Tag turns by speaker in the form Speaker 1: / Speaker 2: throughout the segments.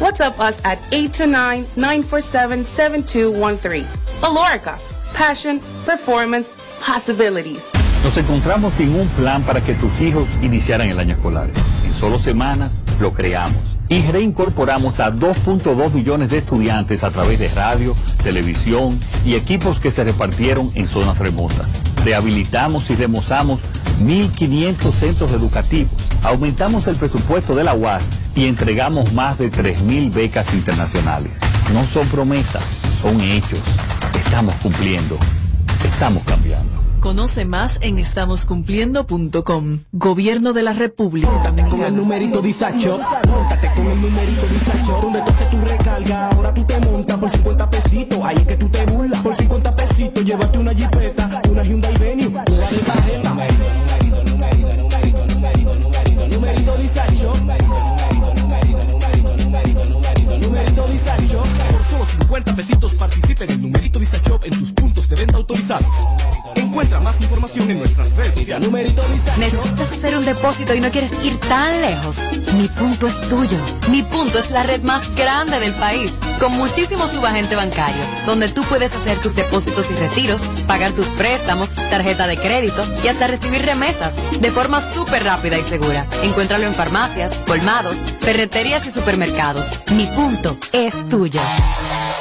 Speaker 1: WhatsApp us at 829-947-7213. Alorica, passion, performance, possibilities.
Speaker 2: Nos encontramos sin un plan para que tus hijos iniciaran el año escolar. En solo semanas lo creamos y reincorporamos a 2.2 millones de estudiantes a través de radio, televisión y equipos que se repartieron en zonas remotas. Rehabilitamos y remozamos 1.500 centros educativos, aumentamos el presupuesto de la UAS y entregamos más de 3.000 becas internacionales. No son promesas, son hechos. Estamos cumpliendo. Estamos cambiando.
Speaker 3: Conoce más en estamoscumpliendo.com. Gobierno de la República.
Speaker 4: Póntate con el numerito disacho. Póntate con el numerito disacho. Donde tú haces tu recarga, ahora tú te montas por 50 pesitos. Ahí es que tú te burlas. Por 50 pesitos, llévate una jipeta, una Hyundai Venue, una tarjeta. Numerito, numerito, numerito, numerito, numerito, numerito disacho. Numerito Disacho. Por solo 50 pesitos participen en Numerito Disacho en tus puntos de venta autorizados. Encuentra más información en nuestras redes sociales. Numerito
Speaker 5: Necesitas hacer un depósito y no quieres ir tan lejos. Mi punto es tuyo. Mi punto es la red más grande del país, con muchísimo subagente bancario, donde tú puedes hacer tus depósitos y retiros, pagar tus préstamos, tarjeta de crédito y hasta recibir remesas de forma súper rápida y segura. Encuéntralo en farmacias, colmados, ferreterías y supermercados. Mi punto es tuyo.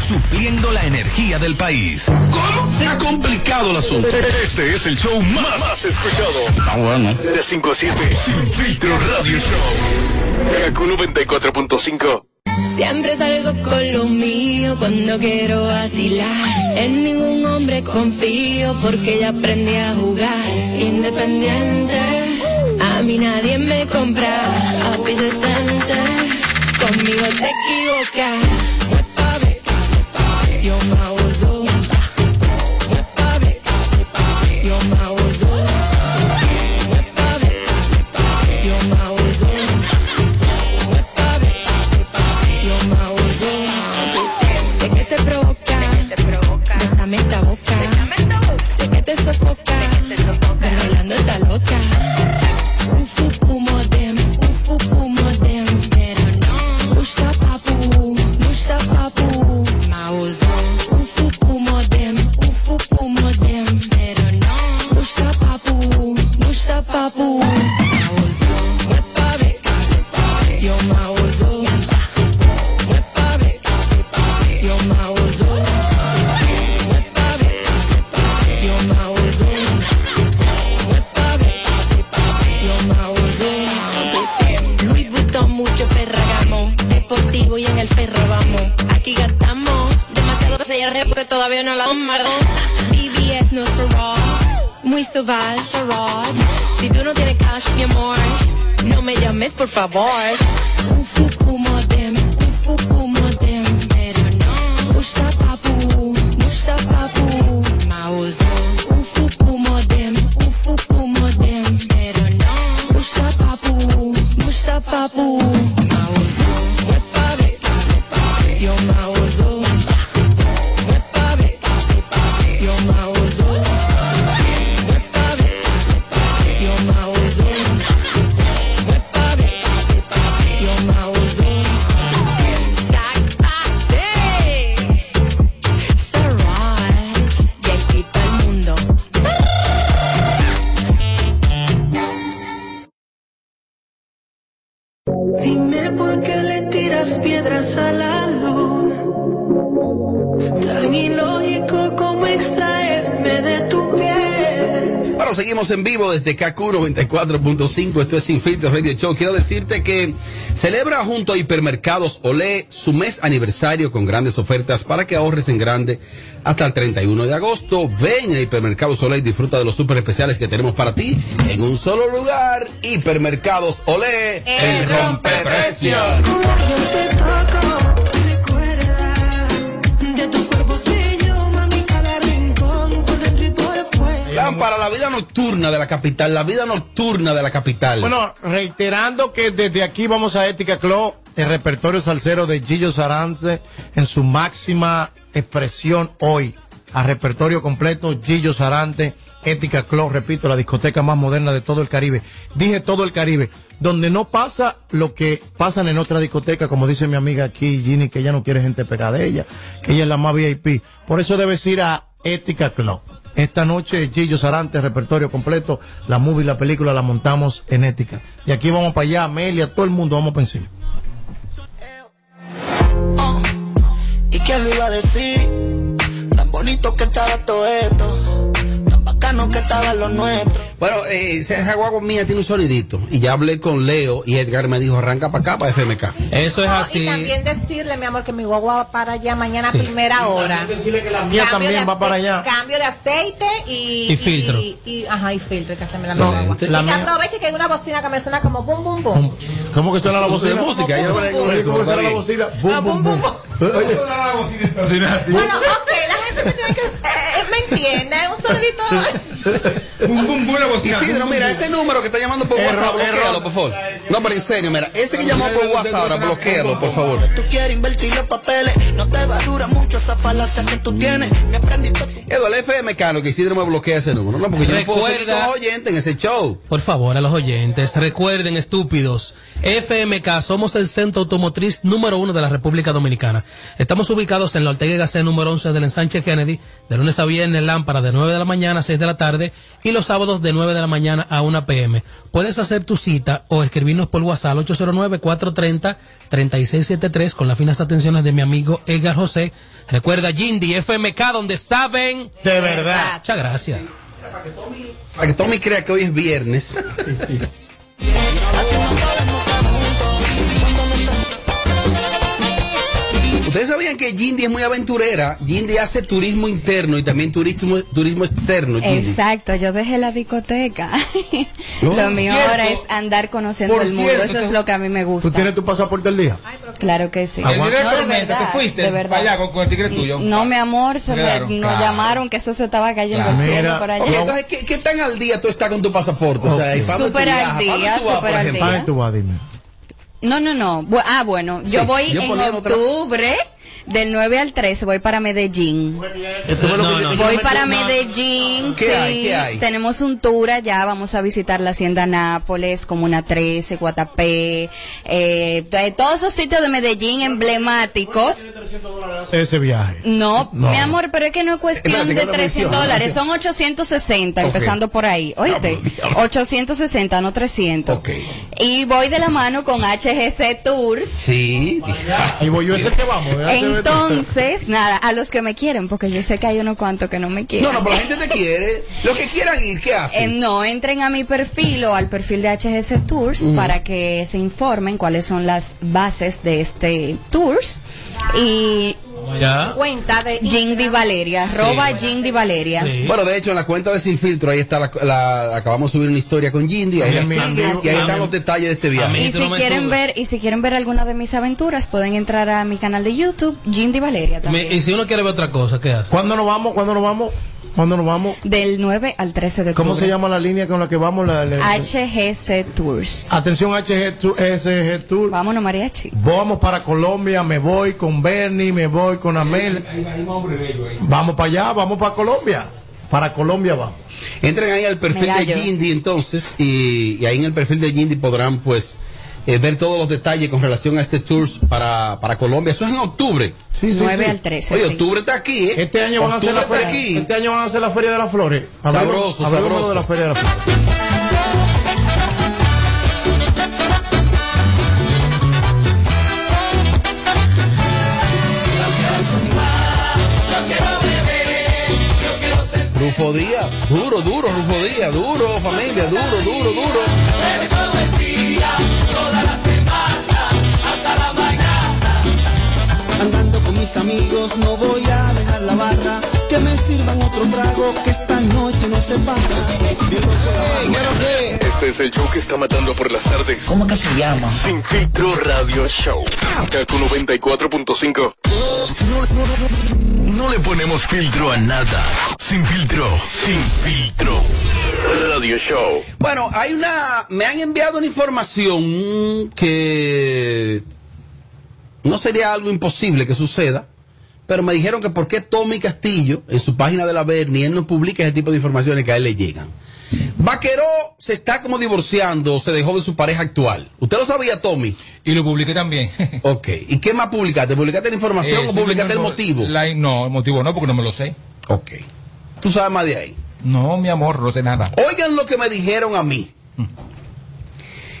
Speaker 6: supliendo la energía del país.
Speaker 7: ¿Cómo? Se ha complicado el asunto.
Speaker 6: Este es el show más, más escuchado.
Speaker 7: Ah, bueno.
Speaker 6: De 5 a 7. Sin filtro radio show. Kaku 94.5.
Speaker 8: Siempre salgo con lo mío cuando quiero vacilar. En ningún hombre confío porque ya aprendí a jugar. Independiente, a mí nadie me compra. A tente, conmigo te equivocas. You're my wazoo. You're my wazoo. You're my wazoo. You're my wazoo. Sé que te provoca. Bésame esta boca. Sé que te sofoca. Pero hablando está loca. Ufu, fumo, dem. Ufu, fumo, dem. Pero no. Usa papu. Usa papu. Luis Vuitton, mucho Ferragamo, deportivo y en el ferro vamos. Aquí gastamos demasiado que se ya re porque todavía no la tomaron. BBS no Sorod, muy sobal Sorod. Si tú no tienes cash, mi amor, no me llames por favor. Un fuku modem, un fuku modem, pero no. Usa papu, usa papu, mauso. Un fuku modem, un fuku modem, pero no. Usa papu, usa papu, mauso. Yo mauso.
Speaker 9: Dime por qué le tiras piedras a la luna. Tan ilógico como extraerme de tu piel.
Speaker 7: Bueno, seguimos en vivo desde KQ 94.5. Esto es Sin Filtro Radio Show. Quiero decirte que celebra junto a Hipermercados Olé su mes aniversario con grandes ofertas para que ahorres en grande hasta el 31 de agosto. Ven a Hipermercados Olé y disfruta de los super especiales que tenemos para ti en un solo lugar. Hipermercados Olé,
Speaker 10: El rompeprecios.
Speaker 9: Cuando te toco,
Speaker 7: nocturna de la capital, la vida nocturna de la capital.
Speaker 10: Bueno, reiterando que desde aquí vamos a Ética Club, el repertorio salsero de Gillo Sarante en su máxima expresión hoy. A repertorio completo, Gillo Sarante, Ética Club, repito, la discoteca más moderna de todo el Caribe. Dije todo el Caribe, donde no pasa lo que pasan en otra discoteca, como dice mi amiga aquí, Ginny, que ella no quiere gente pegada a ella, que ella es la más VIP. Por eso debes ir a Ética Club. Esta noche, Gillo Sarante, repertorio completo, la movie, la película, la montamos en Ética. Y aquí vamos para allá, Amelia, todo el mundo, vamos para encima.
Speaker 9: ¿Y qué le iba a decir? Tan bonito que estaba todo esto, tan bacano que estaba lo nuestro.
Speaker 7: Bueno, eh, esa guagua mía tiene un sonidito. Y ya hablé con Leo y Edgar me dijo, arranca para acá, para FMK.
Speaker 11: Eso es
Speaker 12: No,
Speaker 11: así.
Speaker 12: Y también decirle, mi amor, que mi guagua va para allá mañana a primera hora.
Speaker 10: decirle que la mía
Speaker 12: Cambio de
Speaker 10: también va
Speaker 12: ace-
Speaker 10: para allá.
Speaker 12: Cambio de aceite y,
Speaker 10: Y filtro.
Speaker 12: Y, y- ajá, y filtro, hay que hacerme la
Speaker 10: No,
Speaker 12: mía guagua.
Speaker 10: la
Speaker 12: y que
Speaker 10: mía-
Speaker 12: aproveche que hay una bocina que me suena como bum, bum, bum.
Speaker 10: ¿Cómo que suena la
Speaker 7: Eso
Speaker 10: bocina?
Speaker 7: es música, ya no vale con eso,
Speaker 10: ¿Cómo que suena la
Speaker 7: está
Speaker 10: bocina? Bum, bum, bum. Oye,
Speaker 12: Bueno, ok, la gente me tiene que. eh, me entiende, es un sonidito.
Speaker 7: Un bum bum la bocina. Isidro, mira, ese número que está llamando por WhatsApp, bloquealo, por favor. No, pero en serio, mira, ese que llamó por WhatsApp ahora, bloquealo, por favor.
Speaker 9: Tú quieres invertir los papeles, no te va a durar mucho esa falacia que tú tienes. Me aprendí todo tu
Speaker 7: Edu, el FMK, lo que Isidro me bloquea ese número, no, porque yo no puedo seguir
Speaker 11: Recuerda-
Speaker 7: como oyente en ese show.
Speaker 11: Por favor, a los oyentes, recuerden, estúpidos, FMK, somos el centro automotriz número uno de la República Dominicana. Estamos ubicados en la Ortega y Gasset número 11 del ensanche Kennedy, de lunes a viernes, lámpara de 9 de la mañana a 6 de la tarde y los sábados de 9 de la mañana a 1 pm. Puedes hacer tu cita o escribirnos por WhatsApp al 809-430-3673 con las finas atenciones de mi amigo Edgar José. Recuerda, Jindy, FMK, donde saben...
Speaker 10: de verdad.
Speaker 11: Muchas gracias.
Speaker 7: Para que Tommy crea que hoy es viernes. Ustedes sabían que Jindy es muy aventurera. Jindy hace turismo interno y también turismo, turismo externo. Jindy.
Speaker 13: Exacto, yo dejé la discoteca.
Speaker 7: No,
Speaker 13: lo mío
Speaker 7: cierto.
Speaker 13: ahora es andar conociendo
Speaker 7: Por
Speaker 13: el mundo.
Speaker 7: cierto,
Speaker 13: Eso es
Speaker 7: tú-
Speaker 13: lo que a mí me
Speaker 10: ¿Tú
Speaker 13: gusta.
Speaker 10: tienes tu pasaporte al día?
Speaker 13: Claro que sí.
Speaker 10: El video de
Speaker 13: No, de
Speaker 10: tormenta,
Speaker 13: verdad,
Speaker 11: ¿te fuiste
Speaker 13: de verdad.
Speaker 11: para allá con- con el tigre
Speaker 13: N-
Speaker 11: tuyo?
Speaker 13: No, mi amor, se me,
Speaker 11: Claro,
Speaker 13: nos
Speaker 11: claro.
Speaker 13: llamaron que eso se estaba cayendo
Speaker 10: Claro.
Speaker 13: al cielo
Speaker 10: Mira,
Speaker 13: por allá.
Speaker 7: Ok, entonces, ¿qué, qué tan al día tú estás con tu pasaporte? O sea,
Speaker 10: Ok.
Speaker 7: ¿y para dónde tú
Speaker 13: Súper al
Speaker 7: viajas? ¿Para dónde
Speaker 13: día,
Speaker 7: tú vas, por
Speaker 13: súper al
Speaker 7: ejemplo?
Speaker 10: ¿Para dónde tú vas? Dime.
Speaker 13: No, no, no. Bu- ah, bueno, yo
Speaker 7: Sí,
Speaker 13: voy
Speaker 7: yo
Speaker 13: en
Speaker 7: ponía en otra-
Speaker 13: octubre del 9 al 13, voy para Medellín.
Speaker 10: Esto fue lo
Speaker 11: No,
Speaker 10: que yo-
Speaker 11: no.
Speaker 10: yo
Speaker 13: Voy
Speaker 10: me-
Speaker 13: para
Speaker 11: no, no,
Speaker 13: Medellín.
Speaker 7: ¿Qué
Speaker 13: sí.
Speaker 7: hay? ¿Qué hay?
Speaker 13: Tenemos un tour allá. Vamos a visitar la Hacienda Nápoles, Comuna 13, Guatapé. eh, t- todos esos sitios de Medellín emblemáticos.
Speaker 10: Ese viaje.
Speaker 13: No,
Speaker 10: No.
Speaker 13: mi amor, pero es que no es cuestión
Speaker 7: Espérate, que
Speaker 13: de
Speaker 7: no lo
Speaker 13: 300
Speaker 7: menciono.
Speaker 13: dólares. Son 860,
Speaker 7: Ok.
Speaker 13: empezando por ahí. Oíste,
Speaker 7: Diablo, diablo.
Speaker 13: 860, no 300.
Speaker 7: Ok.
Speaker 13: Y voy de la mano con HGC Tours.
Speaker 7: Sí.
Speaker 10: Y voy yo ese que vamos. déjate ver tú.
Speaker 13: Entonces, nada, a los que me quieren, porque yo sé que hay unos cuantos que no me quieren.
Speaker 7: No, no, pero la gente te quiere. Los que quieran ir, ¿qué
Speaker 13: Eh,
Speaker 7: hacen?
Speaker 13: no entren a mi perfil o al perfil de HGS Tours para que se informen cuáles son las bases de este tours. Y
Speaker 11: Ya.
Speaker 12: Cuenta de.
Speaker 13: Jindy Valeria, arroba Jindy Valeria.
Speaker 11: Sí.
Speaker 7: Bueno, de hecho, en la cuenta de Sin Filtro, ahí está la, la- acabamos de subir una historia con Jindy, ahí,
Speaker 10: Ay,
Speaker 7: la
Speaker 10: mi
Speaker 7: siguen,
Speaker 10: amigo,
Speaker 7: y ahí
Speaker 11: mi
Speaker 7: están
Speaker 11: amigo.
Speaker 7: los detalles de este viaje.
Speaker 11: Amén.
Speaker 13: Y
Speaker 11: Tú
Speaker 13: si
Speaker 11: no me
Speaker 13: quieren
Speaker 11: subas.
Speaker 13: ver y si quieren ver alguna de mis aventuras pueden entrar a mi canal de YouTube Jindy
Speaker 11: Me-
Speaker 13: Valeria
Speaker 11: y
Speaker 13: también.
Speaker 11: si uno quiere ver otra cosa, ¿qué hace?
Speaker 10: ¿Cuándo nos vamos? ¿Cuándo nos vamos? ¿Cuándo nos vamos?
Speaker 13: Del 9 al 13 de octubre.
Speaker 10: ¿Cómo se llama la línea con la que vamos? La, la-
Speaker 13: HGC Tours.
Speaker 10: Atención HG Tour- SG Tour.
Speaker 13: Vámonos mariachi.
Speaker 10: Vamos para Colombia, me voy con Bernie, me voy con Amel. Vamos para allá, vamos para Colombia. Para Colombia vamos.
Speaker 7: Entren ahí al perfil
Speaker 13: Me
Speaker 7: de
Speaker 13: gallo.
Speaker 7: Jindy entonces, y, y ahí en el perfil de Jindy podrán pues eh, ver todos los detalles con relación a este tour para, para Colombia. Eso es en octubre.
Speaker 13: 9 al 13.
Speaker 7: Oye,
Speaker 13: sí.
Speaker 7: octubre está aquí, ¿eh?
Speaker 10: Este año van a hacer
Speaker 7: octubre
Speaker 10: la feria.
Speaker 7: está aquí.
Speaker 10: Este año van a hacer la feria de las flores. Hablemos-
Speaker 7: Sabroso,
Speaker 10: hablemos
Speaker 7: sabroso.
Speaker 10: de la feria de las flores.
Speaker 7: Rufo Díaz, duro, duro, Rufo Díaz, duro, familia, duro, duro, duro.
Speaker 9: andando con
Speaker 4: mis amigos, no voy a dejar la barra. Que me sirvan otro trago, que esta noche no se para. Bien loco la barra.
Speaker 14: Este es el show que está matando por las tardes. ¿Cómo que se llama? Sin filtro radio show. Kaku 94.5. No le ponemos filtro a nada. Sin filtro, sin filtro. Radio show.
Speaker 7: Bueno, hay una. Me han enviado una información que no sería algo imposible que suceda, pero me dijeron que por qué Tommy Castillo, en su página de la Berni, él no publica ese tipo de informaciones que a él le llegan. Vaqueró se está como divorciando, se dejó de su pareja actual. ¿Usted lo sabía, Tommy?
Speaker 15: Y lo publiqué también.
Speaker 7: ok. ¿Y qué más publicaste? ¿Publicaste la información
Speaker 15: Eh,
Speaker 7: o publicaste el
Speaker 15: simplemente
Speaker 7: motivo?
Speaker 15: la- no, el motivo no, porque no me lo sé.
Speaker 7: Ok. ¿Tú sabes más de ahí?
Speaker 15: No, mi amor, no sé nada.
Speaker 7: Oigan lo que me dijeron a mí.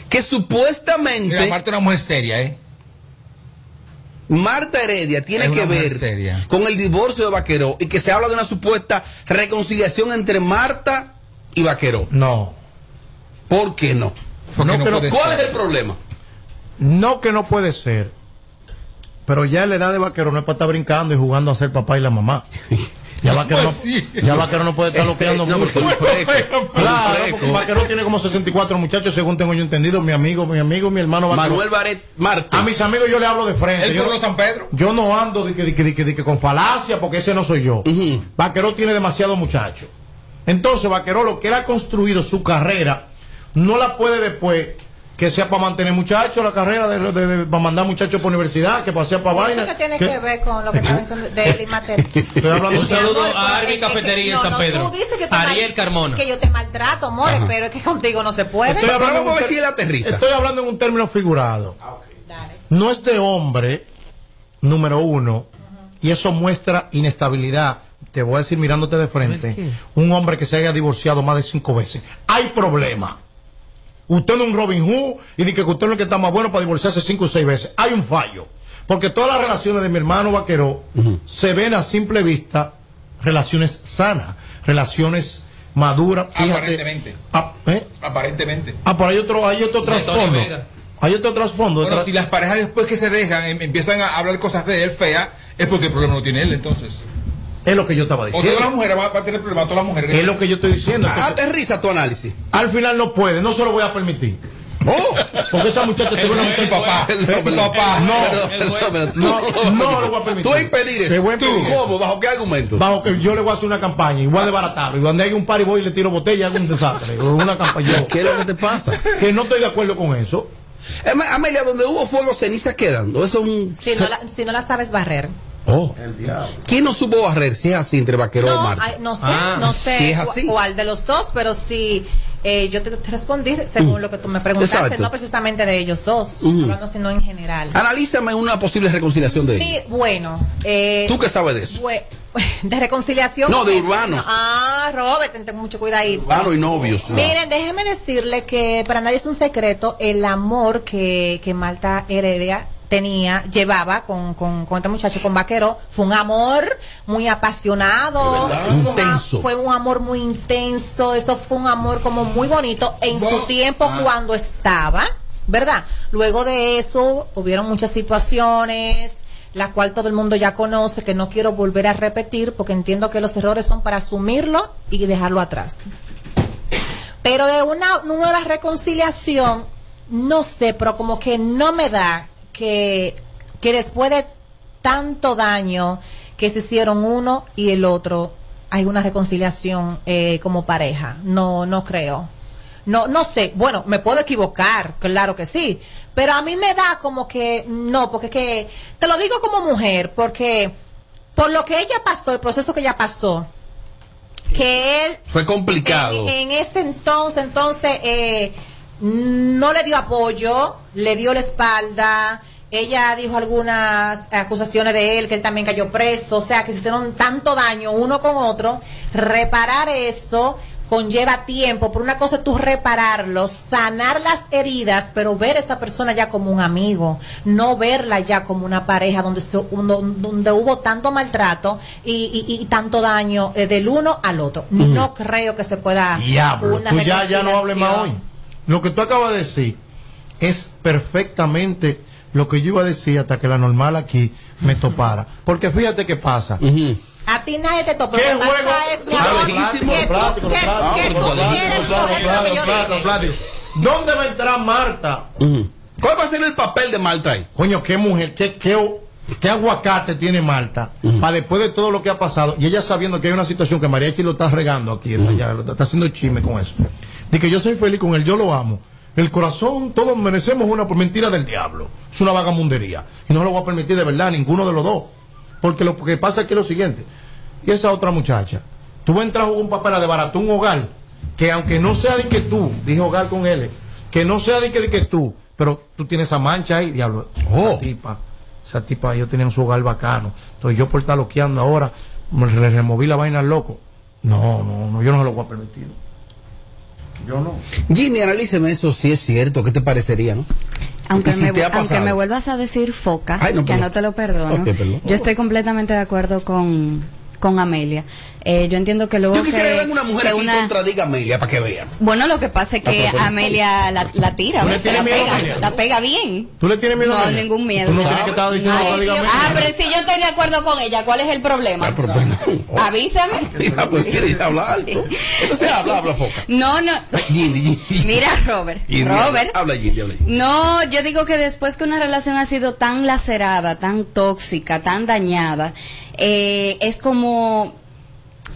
Speaker 7: Que supuestamente.
Speaker 15: Mira, Marta es una mujer seria, ¿eh?
Speaker 7: Marta Heredia tiene
Speaker 15: Es una
Speaker 7: que
Speaker 15: mujer
Speaker 7: ver
Speaker 15: seria.
Speaker 7: con el divorcio de Vaqueró y que se habla de una supuesta reconciliación entre Marta y Vaqueró.
Speaker 10: No.
Speaker 7: ¿Por qué no?
Speaker 10: Porque no
Speaker 7: pero
Speaker 10: puede
Speaker 7: ¿Cuál
Speaker 10: ser.
Speaker 7: es el problema?
Speaker 10: No que no puede ser. Pero ya la edad de vaquero no es para estar brincando y jugando a ser papá y la mamá. Ya vaquero, no, ya vaquero no puede estar loqueando
Speaker 7: No,
Speaker 15: Este,
Speaker 10: mucho.
Speaker 7: porque es un fresco,
Speaker 10: Claro,
Speaker 7: es un
Speaker 10: porque
Speaker 7: fresco.
Speaker 10: vaquero tiene como 64 muchachos, según tengo yo entendido. Mi amigo, mi amigo, mi hermano vaquero.
Speaker 7: Manuel Baret Marte.
Speaker 10: A mis amigos yo le hablo de frente.
Speaker 7: Él
Speaker 10: yo,
Speaker 7: por
Speaker 10: no-
Speaker 7: San Pedro.
Speaker 10: yo no ando de que, de que- de que- de que con falacia porque ese no soy yo. Vaqueró tiene demasiado muchacho. Entonces, Vaqueró, lo que él ha construido, su carrera, no la puede después que sea para mantener muchachos, la carrera de, de- de- para mandar muchachos por universidad, que para hacer para
Speaker 12: Eso
Speaker 10: vaina.
Speaker 12: que tiene
Speaker 10: que-
Speaker 12: que ver con lo que estaba diciendo de Eli Mater.
Speaker 10: Estoy hablando de-
Speaker 11: Un saludo
Speaker 12: amor,
Speaker 11: a Arby
Speaker 12: es que-
Speaker 11: Cafetería en
Speaker 12: no,
Speaker 11: San
Speaker 12: no,
Speaker 11: Pedro.
Speaker 12: tú dices que te
Speaker 11: Ariel
Speaker 12: mal-
Speaker 11: Carmona.
Speaker 12: Que yo te maltrato, amores,
Speaker 11: Ajá.
Speaker 12: pero es que contigo no se puede.
Speaker 10: Estoy hablando en un ter- Estoy hablando en un término figurado. No es de hombre, número uno, y eso muestra inestabilidad. Te voy a decir mirándote de frente, un hombre que se haya divorciado más de cinco veces. Hay problema. Usted no es un Robin Hood y ni que usted no es el que está más bueno para divorciarse cinco o seis veces. Hay un fallo. Porque todas las relaciones de mi hermano vaquero se ven a simple vista relaciones sanas, relaciones maduras. Fíjate.
Speaker 15: Aparentemente.
Speaker 10: Ah, ¿eh?
Speaker 15: Aparentemente.
Speaker 10: Ah, pero hay otro, hay otro
Speaker 15: De
Speaker 10: trasfondo.
Speaker 15: Tony Vega.
Speaker 10: Hay otro trasfondo.
Speaker 15: Bueno,
Speaker 10: Tra-
Speaker 15: si las parejas después que se dejan em- empiezan a hablar cosas de él feas, es porque el problema no tiene él, entonces.
Speaker 10: Es lo que yo estaba
Speaker 15: O todas las
Speaker 10: diciendo.
Speaker 15: mujeres van a tener problemas, todas las mujeres.
Speaker 10: Es lo que yo estoy diciendo.
Speaker 7: Aterriza tu análisis. Oh.
Speaker 10: Al final no puede, no se lo voy a permitir. Porque esa muchacha
Speaker 7: Él
Speaker 10: te una
Speaker 7: fue,
Speaker 10: muchacha.
Speaker 7: él fue. Él fue, pero-
Speaker 10: papá.
Speaker 7: él
Speaker 10: No,
Speaker 7: fue. Él fue, pero tú-
Speaker 10: no, no lo voy a permitir.
Speaker 7: Tú vas a impedir eso.
Speaker 10: Te voy a impedir
Speaker 7: Tú,
Speaker 10: eso.
Speaker 7: ¿cómo? ¿Bajo qué argumento?
Speaker 10: Bajo que yo le voy a hacer una campaña y voy a desbaratarlo. Y donde hay un par y voy y le tiro botella, hago un desastre. O Una campaña.
Speaker 7: ¿Qué es lo que te pasa?
Speaker 10: Que no estoy de acuerdo con eso.
Speaker 7: Em- Amelia, donde hubo fuego, cenizas quedan. ¿No? Eso es un.
Speaker 12: Si no, la, si no la sabes barrer.
Speaker 7: Oh. ¿Quién no supo barrer si es así entre vaquero y
Speaker 12: No,
Speaker 7: Marta?
Speaker 12: ay, no sé,
Speaker 7: Ah.
Speaker 12: no sé
Speaker 7: Si es
Speaker 12: cu-
Speaker 7: así.
Speaker 12: cuál de los dos, pero si eh, yo te, te respondí según lo que tú me preguntaste,
Speaker 7: Mm. Exacto. Mm.
Speaker 12: no precisamente de ellos dos,
Speaker 7: Ujú.
Speaker 12: hablando sino en general.
Speaker 7: Analízame una posible reconciliación de ellos.
Speaker 12: Sí, bueno. eh,
Speaker 7: ¿Tú qué sabes de eso?
Speaker 12: bue- de reconciliación.
Speaker 7: No, de urbanos.
Speaker 12: Ah, Robert, ten ten mucho cuidadito.
Speaker 7: Claro, y novios. ¿no?
Speaker 12: Miren, déjeme decirle que para nadie es un secreto el amor que, que Malta Heredia tenía, llevaba con, con, con este muchacho, con Vaquero. Fue un amor muy apasionado.
Speaker 7: verdad.
Speaker 12: Fue un a-
Speaker 7: Intenso.
Speaker 12: Fue un amor muy intenso. Eso fue un amor como muy bonito e en su
Speaker 16: Bo-
Speaker 12: tiempo
Speaker 16: Ah.
Speaker 12: cuando estaba, ¿verdad? Luego de eso hubieron muchas situaciones la cual todo el mundo ya conoce, que no quiero volver a repetir, porque entiendo que los errores son para asumirlo y dejarlo atrás. Pero de una nueva reconciliación, no sé, pero como que no me da que, que después de tanto daño que se hicieron uno y el otro, hay una reconciliación eh, como pareja. No, no creo. No, no sé. Bueno, me puedo equivocar, claro que sí. Pero a mí me da como que, no, porque que, te lo digo como mujer, porque por lo que ella pasó, el proceso que ella pasó, que él
Speaker 7: Fue complicado.
Speaker 13: Eh,
Speaker 12: en ese entonces, entonces, eh, no le dio apoyo, le dio la espalda. Ella dijo algunas acusaciones de él, que él también cayó preso, o sea, que se hicieron tanto daño uno con otro. Reparar eso conlleva tiempo. Por una cosa es tú repararlo, sanar las heridas, pero ver a esa persona ya como un amigo, no verla ya como una pareja donde, se- un- donde hubo tanto maltrato y, y- y tanto daño eh, del uno al otro.
Speaker 10: Mm.
Speaker 12: No creo que se pueda
Speaker 10: Diablo,
Speaker 12: una
Speaker 10: tú ya, ya no
Speaker 12: reconciliación.
Speaker 10: hables más hoy. Lo que tú acabas de decir es perfectamente lo que yo iba a decir hasta que la normal aquí me topara. Porque fíjate qué pasa.
Speaker 12: A ti nadie te topó.
Speaker 10: ¿Qué
Speaker 12: Lo que pasa
Speaker 10: juego?
Speaker 12: es, mi amor,
Speaker 10: Clarísimo.
Speaker 12: que tú-
Speaker 10: Plástico,
Speaker 12: que-
Speaker 10: plástico,
Speaker 12: que tú
Speaker 10: plástico,
Speaker 12: quieres
Speaker 10: plástico,
Speaker 12: coger lo que yo
Speaker 10: plástico,
Speaker 12: dije.
Speaker 10: plástico. ¿Dónde va a entrar Marta?
Speaker 7: ¿Cuál va a ser el papel de Marta ahí?
Speaker 10: Coño, qué mujer, qué, qué, o- qué aguacate tiene Marta para después de todo lo que ha pasado. Y ella sabiendo que hay una situación que Mariachi lo está regando aquí, ya, lo está haciendo chisme con eso. De que yo soy feliz con él, yo lo amo. El corazón, todos merecemos una por mentira del diablo. Es una vagamundería. Y no lo voy a permitir de verdad a ninguno de los dos. Porque lo que pasa aquí es lo siguiente. Y esa otra muchacha, tú vas a entrar a jugar un papel a desbaratar un hogar, que aunque no sea de que tú, dije hogar con él, que no sea de que, de que tú, pero tú tienes esa mancha ahí, diablo. Esa tipa, esa tipa, ellos tenían su hogar bacano. Entonces yo por estar loqueando ahora, me- le removí la vaina al loco. No, no, no, yo no se lo voy a permitir. Yo no.
Speaker 7: Ginny, analíceme eso si es cierto. ¿Qué te parecería, no?
Speaker 13: Aunque,
Speaker 7: ¿Y si
Speaker 13: me,
Speaker 7: te ha
Speaker 13: vu- aunque
Speaker 7: pasado?
Speaker 13: me vuelvas a decir foca,
Speaker 7: Ay, no,
Speaker 13: que
Speaker 7: perdón.
Speaker 13: no te lo perdono,
Speaker 7: Ok, perdón.
Speaker 13: yo estoy completamente de acuerdo con, con Amelia. Eh, yo entiendo que luego
Speaker 7: Yo quisiera
Speaker 13: que-
Speaker 7: ver una mujer
Speaker 13: que
Speaker 7: aquí
Speaker 13: una-
Speaker 7: contradiga a Amelia para que vean.
Speaker 13: Bueno, lo que pasa es que
Speaker 7: Ah, pero-
Speaker 13: Amelia la, la tira,
Speaker 7: ¿Tú le
Speaker 13: o sea,
Speaker 7: tienes
Speaker 13: la
Speaker 7: miedo a
Speaker 13: pega,
Speaker 7: Amelia?
Speaker 13: la pega bien.
Speaker 10: ¿Tú le tienes miedo a
Speaker 13: No,
Speaker 10: Amelia?
Speaker 13: ningún miedo.
Speaker 10: Tú no tienes que estar diciendo
Speaker 13: Ay,
Speaker 10: contradiga a
Speaker 13: Dios.
Speaker 10: Amelia.
Speaker 13: Ah, pero si yo estoy de acuerdo con ella, ¿cuál es el problema?
Speaker 7: oh.
Speaker 13: Avísame.
Speaker 7: Mira, pues quiere ir a hablar. tú. Entonces habla, habla, foca.
Speaker 13: No, no.
Speaker 7: Ay, Ginny, Ginny,
Speaker 13: Mira, Robert.
Speaker 7: Ginny,
Speaker 13: Robert.
Speaker 7: habla, Habla, Ginny, habla. Ginny.
Speaker 13: No, yo digo que después que una relación ha sido tan lacerada, tan tóxica, tan dañada, eh, es como...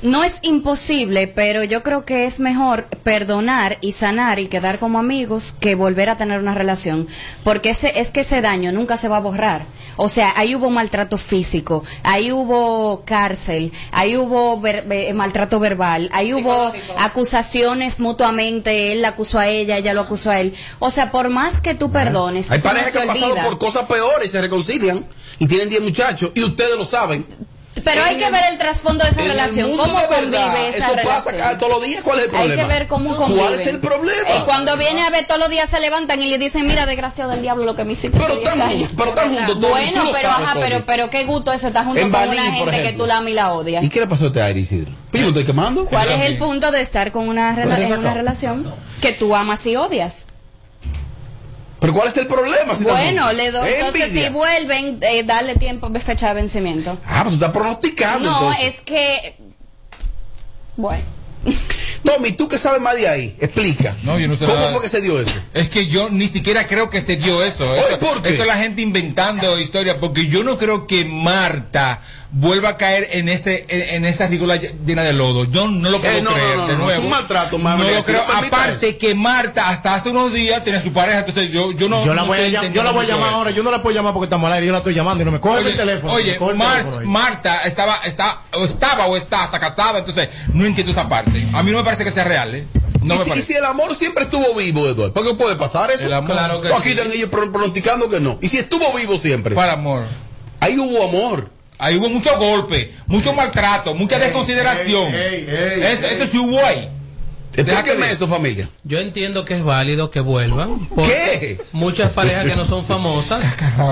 Speaker 13: No es imposible, pero yo creo que es mejor perdonar y sanar y quedar como amigos que volver a tener una relación, porque ese, es que ese daño nunca se va a borrar. O sea, ahí hubo maltrato físico, ahí hubo cárcel, ahí hubo ver- eh, maltrato verbal, ahí hubo acusaciones mutuamente, él la acusó a ella, ella lo acusó a él. O sea, por más que tú perdones,
Speaker 7: Hay
Speaker 13: eso no
Speaker 7: parejas que
Speaker 13: se
Speaker 7: han pasado
Speaker 13: olvida.
Speaker 7: por cosas peores y se reconcilian y tienen 10 muchachos y ustedes lo saben.
Speaker 13: Pero hay que ver el trasfondo de esa
Speaker 7: en el
Speaker 13: relación.
Speaker 7: mundo
Speaker 13: ¿Cómo
Speaker 7: de verdad,
Speaker 13: convive esa
Speaker 7: eso pasa
Speaker 13: relación?
Speaker 7: cada- todos los días. ¿Cuál es el
Speaker 13: Hay que
Speaker 7: problema?
Speaker 13: ver cómo
Speaker 7: ¿Cuál
Speaker 13: conviven.
Speaker 7: es el problema?
Speaker 13: Y cuando viene a ver todos los días se levantan y le dicen, mira, desgraciado del diablo lo que me hiciste. Pero están
Speaker 7: pero están juntos, Tony,
Speaker 13: Bueno,
Speaker 7: tú lo
Speaker 13: pero
Speaker 7: sabes,
Speaker 13: ajá,
Speaker 7: Tony.
Speaker 13: pero, pero qué gusto ese estar junto
Speaker 7: En
Speaker 13: con
Speaker 7: Baní,
Speaker 13: una
Speaker 7: por
Speaker 13: gente que
Speaker 7: ejemplo.
Speaker 13: tú la amas y la odias.
Speaker 7: ¿Y qué le pasó a este aire, Isidro? Pues yo me estoy quemando.
Speaker 13: ¿Cuál es el punto de estar con una
Speaker 7: Pero
Speaker 13: rela-
Speaker 7: se
Speaker 13: en
Speaker 7: sacó.
Speaker 13: una relación que tú amas y odias?
Speaker 7: ¿Pero cuál es el problema? si están
Speaker 13: Bueno,
Speaker 7: juntos?
Speaker 13: le doy,
Speaker 7: Es
Speaker 13: entonces
Speaker 7: Pues envidia.
Speaker 13: si vuelven, eh, darle tiempo de fecha de vencimiento.
Speaker 7: Ah, pues tú estás pronosticando.
Speaker 13: No,
Speaker 7: entonces.
Speaker 13: es que... Bueno.
Speaker 7: Tommy, tú que sabes más de ahí, explica.
Speaker 15: No, yo no sé
Speaker 7: ¿Cómo
Speaker 15: nada.
Speaker 7: fue que se dio eso?
Speaker 15: Es que yo ni siquiera creo que se dio eso. Eso, eso es la gente inventando historias, porque yo no creo que Marta vuelva a caer en ese en, en esa rígola llena de lodo. Yo no lo puedo
Speaker 7: Eh, no, no,
Speaker 15: creer.
Speaker 7: no,
Speaker 15: de
Speaker 7: no,
Speaker 15: nuevo.
Speaker 7: es un maltrato, mami,
Speaker 15: No
Speaker 7: que
Speaker 15: lo creo.
Speaker 7: no permita
Speaker 15: Aparte que Marta hasta hace unos días tenía su pareja, entonces yo yo no.
Speaker 10: yo la
Speaker 15: no
Speaker 10: voy a,
Speaker 15: estoy
Speaker 10: llam- yo la voy a
Speaker 15: entendiendo
Speaker 10: llamar
Speaker 15: mucho
Speaker 10: ahora, yo no la puedo llamar porque está mal aire, yo la estoy llamando y no me coge el teléfono.
Speaker 15: oye,
Speaker 10: me coge el
Speaker 15: Mar-
Speaker 10: teléfono ahí.
Speaker 15: Marta estaba, está, o estaba o está hasta casada, entonces no entiendo esa parte. A mí no me parece que sea real, ¿eh? No me
Speaker 7: y, si, y
Speaker 15: parece.
Speaker 7: si el amor siempre estuvo vivo, Eduardo, ¿por qué puede pasar eso?
Speaker 15: El amor. Claro que
Speaker 7: No, aquí
Speaker 15: sí.
Speaker 7: están ellos pro- pronosticando que no. ¿Y si estuvo vivo siempre?
Speaker 15: Para amor.
Speaker 7: Ahí hubo amor.
Speaker 15: Ahí hubo mucho golpe, mucho maltrato, mucha desconsideración. eso, eso sí hubo ahí.
Speaker 7: Explíqueme eso, familia.
Speaker 11: Yo entiendo que es válido que vuelvan. porque Muchas parejas que no son famosas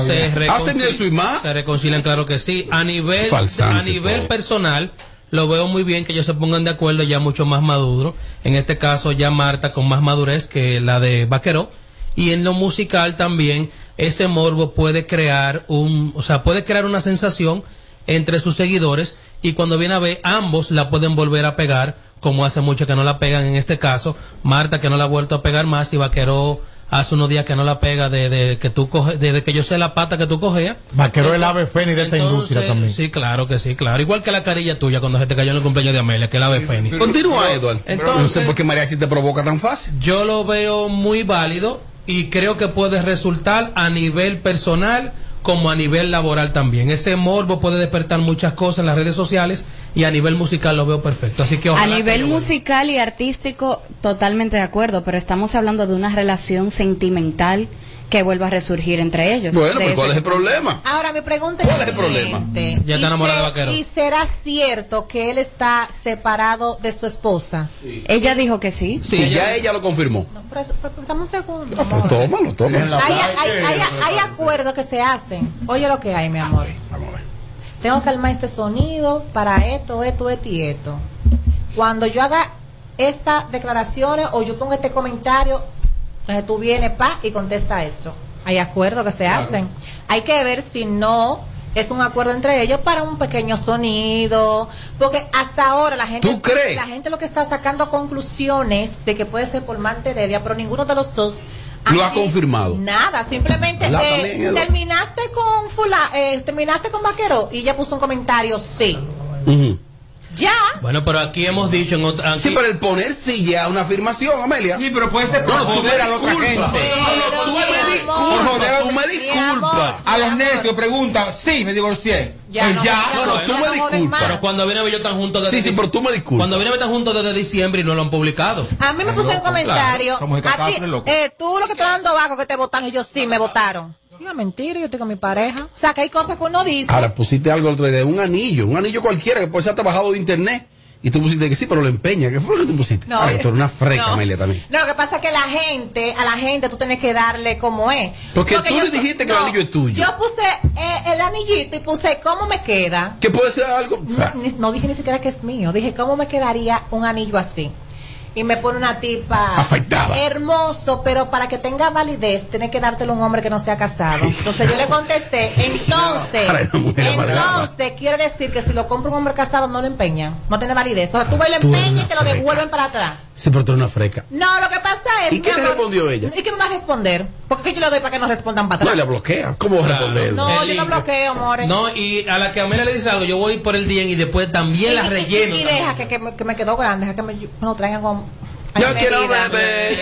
Speaker 11: se,
Speaker 7: ¿Hacen
Speaker 11: reconcil-
Speaker 7: eso y más?
Speaker 11: se reconcilian, claro que sí. A nivel,
Speaker 7: Falsante
Speaker 11: a nivel personal, lo veo muy bien que ellos se pongan de acuerdo ya mucho más maduro. En este caso, ya Marta con más madurez que la de Vaqueró. Y en lo musical también, ese morbo puede crear un, o sea, puede crear una sensación entre sus seguidores y cuando viene a ver ambos la pueden volver a pegar como hace mucho que no la pegan en este caso Marta que no la ha vuelto a pegar más y Vaquero hace unos días que no la pega desde que tú coge, desde que yo sé la pata que tú cogeas
Speaker 10: Vaquero el ave fénix de esta industria también.
Speaker 11: sí claro que sí claro igual que la carilla tuya cuando se te cayó en el cumpleaños de Amelia que la ave Fénix
Speaker 7: Continúa, Eduardo.
Speaker 11: Entonces-
Speaker 7: no sé por qué Mariachi te provoca tan fácil.
Speaker 11: yo lo veo muy válido y creo que puede resultar a nivel personal como a nivel laboral también. Ese morbo puede despertar muchas cosas en las redes sociales y a nivel musical lo veo perfecto. Así que
Speaker 13: A
Speaker 11: ojalá
Speaker 13: nivel
Speaker 11: que-
Speaker 13: musical y artístico, totalmente de acuerdo, pero estamos hablando de una relación sentimental que vuelva a resurgir entre ellos.
Speaker 7: Bueno,
Speaker 13: De
Speaker 7: pues
Speaker 13: eso
Speaker 7: ¿cuál es el
Speaker 13: estamos-
Speaker 7: problema?
Speaker 12: Ahora mi pregunta
Speaker 7: ¿Cuál es el problema?
Speaker 11: Ya está enamorado de
Speaker 12: es,
Speaker 11: vaquero.
Speaker 12: ¿y será cierto que él está separado de su esposa?
Speaker 13: Ella dijo que sí.
Speaker 7: Sí, ya ella lo confirmó.
Speaker 12: Pero, pero, pero dame un segundo.
Speaker 7: Pues tómalo, tómalo.
Speaker 12: Hay, hay, hay, hay acuerdos que se hacen. Oye lo que hay, mi amor. Tengo que armar este sonido para esto, esto, esto y esto. Cuando yo haga estas declaraciones o yo ponga este comentario, entonces tú vienes, pa, y contesta esto. Hay acuerdos que se hacen. Hay que ver si no es un acuerdo entre ellos para un pequeño sonido, porque hasta ahora la gente
Speaker 7: ¿Tú crees?
Speaker 12: la gente lo que está sacando conclusiones de que puede ser por mantedelia, pero ninguno de los dos
Speaker 7: Lo
Speaker 12: ha
Speaker 7: ha confirmado.
Speaker 12: Nada, simplemente
Speaker 7: La
Speaker 12: eh,
Speaker 7: también, Eduardo.
Speaker 12: terminaste con fula, eh, terminaste con vaquero y ella puso un comentario sí. Ya.
Speaker 11: Bueno, pero aquí hemos dicho en otra.
Speaker 7: Sí, pero el poner sí ya es una afirmación, Amelia. Sí,
Speaker 15: pero puede ser
Speaker 7: no, no, tú me
Speaker 15: joder a la otra
Speaker 7: disculpas.
Speaker 15: gente.
Speaker 7: No, no, tú me disculpas. Tú me disculpas.
Speaker 15: A los necios preguntan, sí, me divorcié.
Speaker 7: Ya
Speaker 15: Pues
Speaker 7: no me jodes No, no, tú más, me no me jodes disculpas. más.
Speaker 11: Pero cuando viene ellos están juntos desde
Speaker 7: Sí, sí, pero tú me disculpas.
Speaker 11: Cuando viene están juntos desde diciembre y no lo han publicado.
Speaker 12: A mí me
Speaker 11: Loco,
Speaker 12: puso un comentario.
Speaker 11: claro. Como que
Speaker 12: a ti,
Speaker 11: casaste, loco.
Speaker 12: eh, tú lo que estás dando vago que te votaron y yo sí me votaron. Diga mentira, yo estoy con mi pareja. O sea, que hay cosas que uno dice.
Speaker 7: Ahora pusiste algo el otro día, un anillo, un anillo cualquiera que puede ser trabajado de internet. Y tú pusiste que sí, pero lo empeña. ¿Qué fue lo que tú pusiste?
Speaker 12: No.
Speaker 7: Ah, tú eres una freca,
Speaker 12: No.
Speaker 7: Amelia, también.
Speaker 12: No, lo que pasa es que la gente, a la gente tú tienes que darle como es.
Speaker 7: Porque tú
Speaker 12: yo
Speaker 7: le
Speaker 12: so-
Speaker 7: dijiste que el anillo es tuyo.
Speaker 12: Yo puse eh, el anillito y puse cómo me queda.
Speaker 7: Que puede ser algo. o sea,
Speaker 12: Ni- No dije ni siquiera que es mío. Dije cómo me quedaría un anillo así. Y me pone una tipa
Speaker 7: Afectada.
Speaker 12: hermoso, pero para que tenga validez tiene que dártelo un hombre que no sea casado. Entonces yo le contesté, entonces,
Speaker 7: Para una mujer amargada.
Speaker 12: entonces quiere decir que si lo compra un hombre casado no lo empeñan, no tiene validez. O sea, tú me lo empeñas y te lo devuelven para atrás.
Speaker 7: Sí, pero tú eres una freca.
Speaker 12: No, lo que pasa es.
Speaker 7: ¿Y qué
Speaker 12: mi
Speaker 7: te respondió ella?
Speaker 12: ¿Y qué me va a responder? Porque yo le doy para que no respondan para
Speaker 7: No, y
Speaker 12: atrás.
Speaker 7: la bloquea. ¿Cómo vas a
Speaker 11: Claro.
Speaker 7: responder?
Speaker 12: No,
Speaker 11: El
Speaker 12: yo no
Speaker 11: link.
Speaker 12: bloqueo, amores.
Speaker 11: No, y a la que Amelia le dice algo, yo voy por el día y después también la
Speaker 12: Y- y-
Speaker 11: relleno.
Speaker 12: Y, deja que, que, me, que me quedó grande, deja que me bueno, traigan con.
Speaker 7: Yo quiero beber.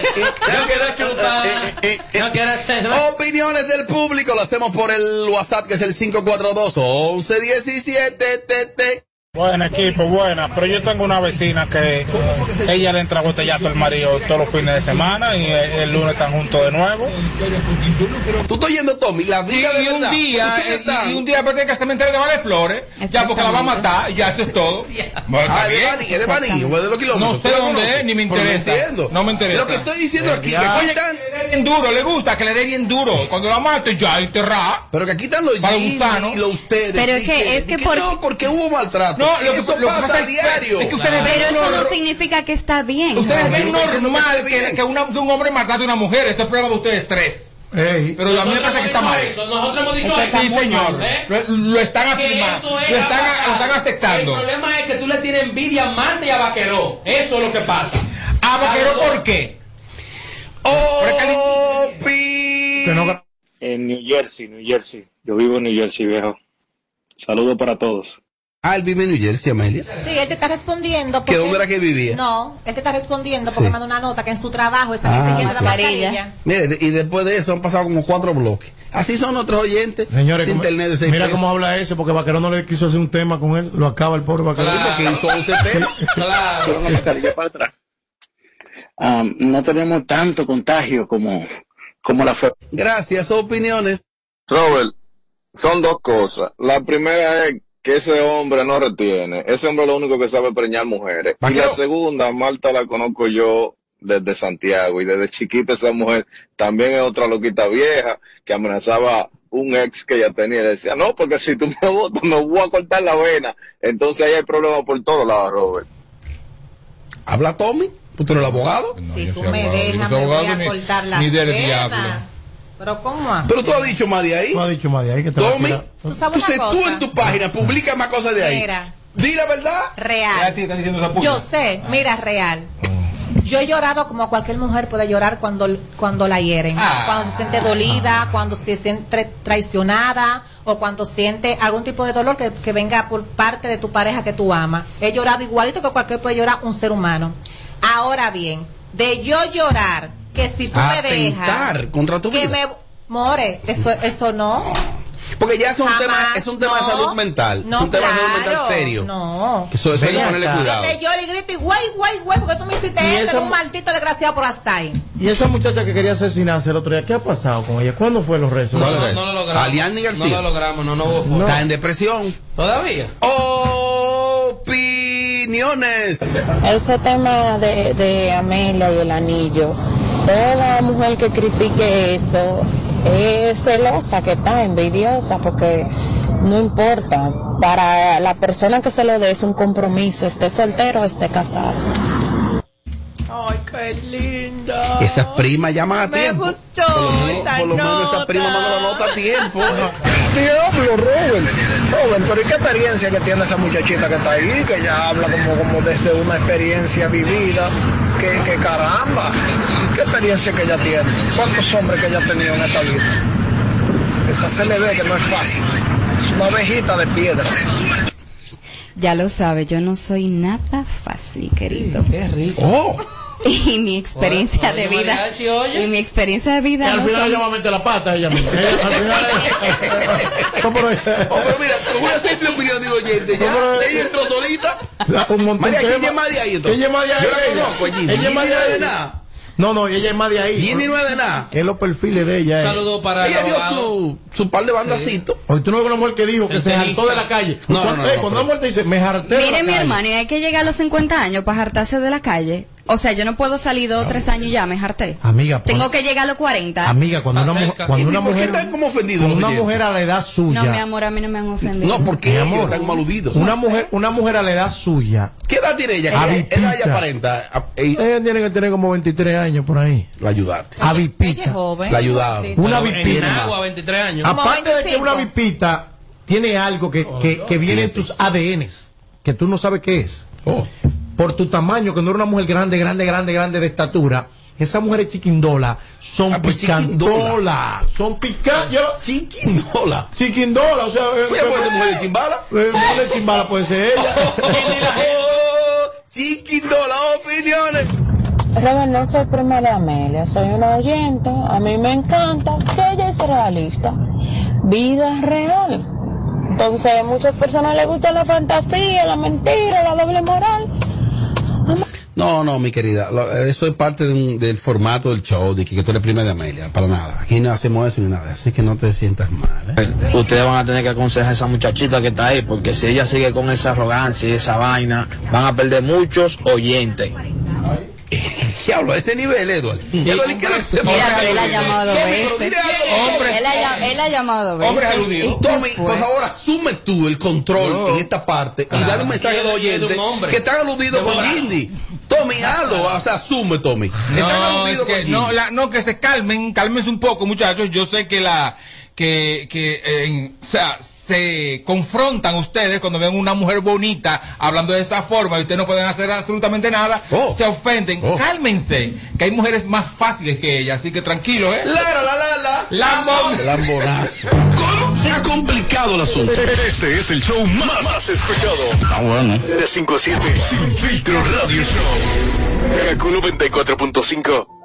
Speaker 7: Yo quiero Opiniones del público lo hacemos por el WhatsApp que es el 542 1117 TT.
Speaker 16: Buena equipo, buena, pero yo tengo una vecina que ella le entra a botellazo al marido todos los fines de semana y el, el lunes están juntos de nuevo.
Speaker 7: Tú estás yendo Tommy, la vida
Speaker 15: y un día,
Speaker 16: Ustedes
Speaker 15: eh, y, y un día después de que se me entere de Vale Flores, ya porque la va a matar, ya eso es todo. Bueno, está
Speaker 7: Ah, es de
Speaker 15: bien.
Speaker 7: Baní, es de Baní, o es de los kilómetros.
Speaker 15: No sé
Speaker 7: ¿Tú la
Speaker 15: dónde
Speaker 7: conoces?
Speaker 15: es, ni me
Speaker 7: Pero no
Speaker 15: interesa.
Speaker 7: entiendo.
Speaker 15: No me interesa.
Speaker 7: Lo que estoy diciendo aquí, que
Speaker 15: Ya.
Speaker 7: aquí
Speaker 15: Oye,
Speaker 7: están-
Speaker 15: que le dé bien duro, le gusta, que le dé bien duro. Cuando la mate, ya enterrada.
Speaker 7: Pero que aquí están los
Speaker 15: Para
Speaker 7: Jimmy
Speaker 15: gusano.
Speaker 7: y los ustedes.
Speaker 13: Pero es
Speaker 7: y
Speaker 13: que- es
Speaker 7: y
Speaker 13: que por-
Speaker 7: No, porque hubo maltrato.
Speaker 15: No, lo que-
Speaker 7: Eso
Speaker 15: lo que
Speaker 7: pasa
Speaker 15: pasa
Speaker 7: a
Speaker 15: es-
Speaker 7: diario.
Speaker 15: es que ustedes
Speaker 13: Pero
Speaker 15: ven
Speaker 13: eso
Speaker 15: uno-
Speaker 13: no significa que está bien.
Speaker 15: Ustedes ven normal que, que una- que un hombre matase a una mujer. Esto es prueba de ustedes tres. Pero a mí me
Speaker 11: Nosotros
Speaker 15: parece que está
Speaker 11: hemos
Speaker 15: mal.
Speaker 11: dicho eso, nosotros hemos dicho
Speaker 15: Eso
Speaker 11: eso.
Speaker 15: Sí,
Speaker 11: Está muy
Speaker 15: señor.
Speaker 11: mal, ¿eh?
Speaker 15: Lo, lo están afirmando.
Speaker 11: eso es
Speaker 15: Lo están,
Speaker 11: avanzar.
Speaker 15: lo están
Speaker 11: El
Speaker 15: aceptando.
Speaker 11: problema es que tú le tienes envidia a Marte y a Vaqueró. Eso es lo que pasa.
Speaker 15: ¿A Vaqueró por qué?
Speaker 17: En New Jersey, New Jersey. Yo vivo en New Jersey, viejo. Saludos para todos.
Speaker 7: Ah, él vive en New Jersey, Amelia.
Speaker 12: Sí, él te está respondiendo.
Speaker 7: ¿Que
Speaker 12: porque-
Speaker 7: dónde era que vivía?
Speaker 12: No, él te está respondiendo porque manda una nota que en su trabajo está
Speaker 7: Ah,
Speaker 12: diseñando la
Speaker 7: sí.
Speaker 12: mascarilla.
Speaker 7: Mire, de- y después de eso han pasado como cuatro bloques. Así son nuestros oyentes.
Speaker 10: Señores,
Speaker 7: sin
Speaker 10: como-
Speaker 7: internet de seis
Speaker 10: mira
Speaker 7: pesos.
Speaker 10: cómo habla ese, porque Vaquero no le quiso hacer un tema con él, lo acaba el pobre Vaquero.
Speaker 7: Claro. Porque hizo 11 temas.
Speaker 17: Con una mascarilla para atrás. Am, no tenemos tanto contagio como, como la fue.
Speaker 7: Gracias, opiniones.
Speaker 18: Robert, son dos cosas. La primera es que ese hombre no retiene. Ese hombre es lo único que sabe preñar mujeres. Y la segunda, Marta la conozco yo desde Santiago y desde chiquita esa mujer también es otra loquita vieja que amenazaba un ex que ya tenía y le decía, no, porque si tú me votas me voy a cortar la vena. Entonces ahí hay problemas por todos lados, Robert.
Speaker 7: Habla Tommy, pues tú eres el abogado.
Speaker 12: si tú me dejas, me voy a cortar las venas. Pero ¿cómo así?
Speaker 7: Pero tú has dicho más de ahí.
Speaker 10: No ha dicho más de ahí que te va a
Speaker 7: Tommy,
Speaker 10: tirar.
Speaker 12: ¿Tú sabes
Speaker 7: entonces
Speaker 12: una
Speaker 7: tú
Speaker 12: cosa?
Speaker 7: en tu página publica más cosas de ahí.
Speaker 12: Mira.
Speaker 7: Di la verdad.
Speaker 12: Real. Yo sé, mira, real. Yo he llorado como cualquier mujer puede llorar cuando, cuando la hieren.
Speaker 7: Ah.
Speaker 12: Cuando se siente dolida, cuando se siente traicionada o cuando siente algún tipo de dolor que, que venga por parte de tu pareja que tú amas. He llorado igualito que cualquier puede llorar un ser humano. Ahora bien, de yo llorar, que si tú me
Speaker 7: Atentar
Speaker 12: dejas.
Speaker 7: contra tu
Speaker 12: que
Speaker 7: vida.
Speaker 12: me. More, eso, eso no.
Speaker 7: Porque ya es un
Speaker 12: Jamás,
Speaker 7: tema, es un tema de
Speaker 12: no.
Speaker 7: salud mental.
Speaker 12: No,
Speaker 7: es un tema de salud
Speaker 12: claro,
Speaker 7: mental serio.
Speaker 12: No.
Speaker 7: Que eso, eso hay que ponerle cuidado.
Speaker 12: Yo te lloro y grito y guay, guay, guay, porque tú me
Speaker 10: Y
Speaker 12: hiciste esto,
Speaker 10: esa-
Speaker 12: un maldito desgraciado por hasta ahí.
Speaker 10: Y esa muchacha que quería asesinarse el otro día, ¿qué ha pasado con ella? ¿Cuándo fue los rezos?
Speaker 11: No, no, no lo logramos.
Speaker 7: Aliani García.
Speaker 11: No lo logramos, no, no hubo forma.
Speaker 7: Está en depresión.
Speaker 11: Todavía.
Speaker 7: Opiniones.
Speaker 19: Ese tema de, de Amelia y el anillo, toda mujer que critique eso es celosa, que está envidiosa, porque no importa, para la persona que se lo dé es un compromiso, esté soltero o esté casado.
Speaker 12: Ay, qué linda.
Speaker 7: Esas primas llaman a tiempo.
Speaker 9: gustó
Speaker 7: por lo menos,
Speaker 9: esa
Speaker 7: por lo menos esas
Speaker 9: nota.
Speaker 7: primas mandan la nota a tiempo.
Speaker 20: Diablo, Robert. Robert, pero ¿y qué experiencia que tiene esa muchachita que está ahí? Que ya habla como, como desde una experiencia vivida. Que, que caramba. ¿Qué experiencia que ella tiene? ¿Cuántos hombres que ella ha tenido en esta vida? Esa se le ve que no es fácil. Es una abejita de piedra.
Speaker 13: Ya lo sabe, yo no soy nada fácil, querido.
Speaker 11: qué rico.
Speaker 7: Oh.
Speaker 13: Y mi experiencia
Speaker 11: Oye,
Speaker 13: de vida.
Speaker 11: mariachi, oye.
Speaker 13: Y mi experiencia de
Speaker 11: Que
Speaker 13: vida
Speaker 11: al
Speaker 13: no
Speaker 11: final
Speaker 13: son-
Speaker 11: ella va a meter la pata ella misma. Ella- al final
Speaker 7: Oh, pero mira, con una simple opinión de un oyente, ya ella entró solita.
Speaker 10: eh, Un montón
Speaker 7: María,
Speaker 10: de
Speaker 7: ¿quién
Speaker 10: temas.
Speaker 7: es más de ahí entonces?
Speaker 10: Ella es más de ahí.
Speaker 7: Yo la
Speaker 10: ella.
Speaker 7: conozco, Gini.
Speaker 10: Ella es más de
Speaker 7: Gini no es de
Speaker 10: ahí.
Speaker 7: nada.
Speaker 10: No, no, ella es más de ahí.
Speaker 7: Gini no es de nada.
Speaker 10: Es los perfiles de ella. eh.
Speaker 7: Saludo para Ella el dio abogado. su- su par de bandacitos.
Speaker 10: Hoy tú no ves una mujer que dijo que
Speaker 11: El
Speaker 10: se
Speaker 11: tenista.
Speaker 10: hartó de la calle.
Speaker 7: No,
Speaker 10: Cuando-
Speaker 7: no, no,
Speaker 10: eh,
Speaker 7: no,
Speaker 10: cuando una mujer te dice, me harté de la
Speaker 13: Mire, mi
Speaker 10: calle.
Speaker 13: hermano, y hay que llegar a los 50 años para hartarse de la calle. O sea, yo no puedo salir dos o tres años y ya, me harté.
Speaker 7: Ah, pues,
Speaker 10: Amiga,
Speaker 13: Tengo
Speaker 10: cuando-
Speaker 13: que llegar a los 40.
Speaker 10: Amiga, cuando una, mujer- cuando una mujer. cuando una mujer a la edad suya.
Speaker 13: No, mi amor, a mí no me han ofendido.
Speaker 10: Mi
Speaker 7: ellos
Speaker 10: amor,
Speaker 7: están maludidos?
Speaker 10: Una mujer, una mujer a la edad suya.
Speaker 7: ¿Qué edad tiene
Speaker 13: Eh,
Speaker 7: ella? ¿Qué
Speaker 10: Avipita.
Speaker 7: edad ella aparenta? Ah, ey,
Speaker 10: Ella tiene que tener como 23 años por ahí.
Speaker 7: La ayudaste.
Speaker 10: Avipita.
Speaker 7: La ayudaron.
Speaker 10: Una
Speaker 11: En
Speaker 10: vipita.
Speaker 11: agua, 23 años.
Speaker 10: Aparte de que una vipita tiene algo que,
Speaker 7: Oh,
Speaker 10: que, que viene en tus ADNs, que tú no sabes qué es.
Speaker 7: Oh.
Speaker 10: Por tu tamaño, que no era una mujer grande, grande, grande, grande de estatura. Esas mujeres chiquindola son
Speaker 7: Ah, pues
Speaker 10: picandola. Son picandola.
Speaker 7: Chiquindola.
Speaker 10: Chiquindola, o sea. eh,
Speaker 7: Pues ella puede ser mujer de Oh, chimbala.
Speaker 10: eh, mujer de chimbala puede ser ella.
Speaker 7: Chiquindola, opiniones.
Speaker 19: Robert, no soy prima de Amelia, soy una oyente. A mí me encanta que ella es realista. Vida real. Entonces, a muchas personas les gusta la fantasía, la mentira, la doble moral.
Speaker 7: No, no, mi querida. lo- eso es parte de un- del formato del show, de que, que tú eres prima de Amelia. Para nada. Aquí no hacemos eso ni nada. Así que no te sientas mal.
Speaker 21: Ustedes van a tener que aconsejar a esa muchachita que está ahí, porque si ella sigue con esa arrogancia y esa vaina, van a perder muchos oyentes.
Speaker 7: Diablo, a ese nivel, Edward. Edward, ¿y qué le-
Speaker 13: Mira, pero él ha llamado dos
Speaker 7: Tommy, pero
Speaker 13: veces.
Speaker 7: dile algo.
Speaker 13: Él ha, llam- él ha llamado dos veces.
Speaker 7: Hombres
Speaker 13: ¿Y
Speaker 7: aludidos.
Speaker 13: qué
Speaker 7: Tommy, pues
Speaker 13: fue?
Speaker 7: por favor, asume tú el control en esta parte y dale un mensaje a los
Speaker 15: Quiero
Speaker 7: oyentes
Speaker 15: un hombre.
Speaker 7: que están aludidos
Speaker 15: De
Speaker 7: con
Speaker 15: volada.
Speaker 7: Gindi. Tommy, hazlo, o sea, asume, Tommy. están
Speaker 15: No,
Speaker 7: aludidos
Speaker 15: es
Speaker 7: con
Speaker 15: que,
Speaker 7: Gindi.
Speaker 15: no, la- no, que se calmen, cálmense un poco, muchachos. Yo sé que la que, que eh, en- o sea, se confrontan ustedes cuando ven una mujer bonita hablando de esta forma y ustedes no pueden hacer absolutamente nada,
Speaker 10: Oh.
Speaker 15: se ofenden. Cálmense, que hay mujeres más fáciles que ella, así que tranquilo, ¿eh?
Speaker 7: Lara, la, la, la.
Speaker 15: Lambón.
Speaker 7: Lambonazo. ¿Cómo se ha complicado el asunto?
Speaker 14: Este es el show más, más escuchado.
Speaker 20: Ah, bueno.
Speaker 14: De 5 a 7. Sin filtro radio show. Kaku 94.5.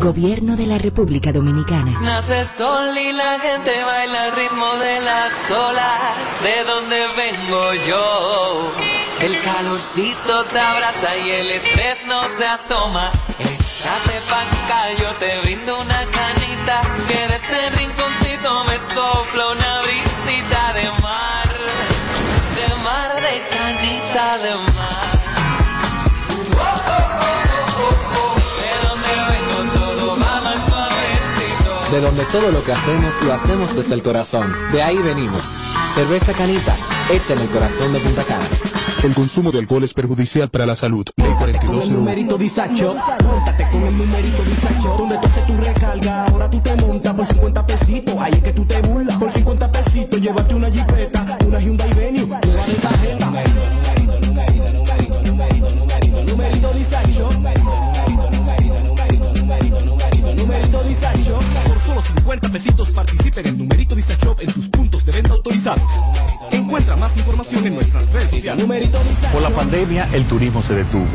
Speaker 22: Gobierno de la República Dominicana.
Speaker 9: Nace el sol y la gente baila al ritmo de las olas. De donde vengo yo. El calorcito te abraza y el estrés no se asoma. Échate pa' acá, yo te brindo una canita. Que de este rinconcito me sopla una brisita de mar. De mar, de canita, de mar. Oh, oh, oh, oh, oh, oh. De donde vengo todo va más suavecito.
Speaker 23: De donde todo lo que hacemos lo hacemos desde el corazón. De ahí venimos. Cerveza Canita, hecha en el corazón de Punta Cana.
Speaker 24: El consumo de alcohol es perjudicial para la salud.
Speaker 4: Con el numerito disacho, montate con el numerito disacho. Donde tú haces tu recarga, ahora tú te montas por 50 pesitos. Ahí es que tú te burlas por 50 pesitos. Llévate una jipeta, una Hyundai Venue, una de tarjeta. Numerito disacho. Numerito disacho. Por solo 50 pesitos participen en Numerito Disacho en tus puntos de venta autorizados. Encuentra más información en nuestras redes sociales. Numerito Disacho.
Speaker 2: Por la pandemia, el turismo se detuvo,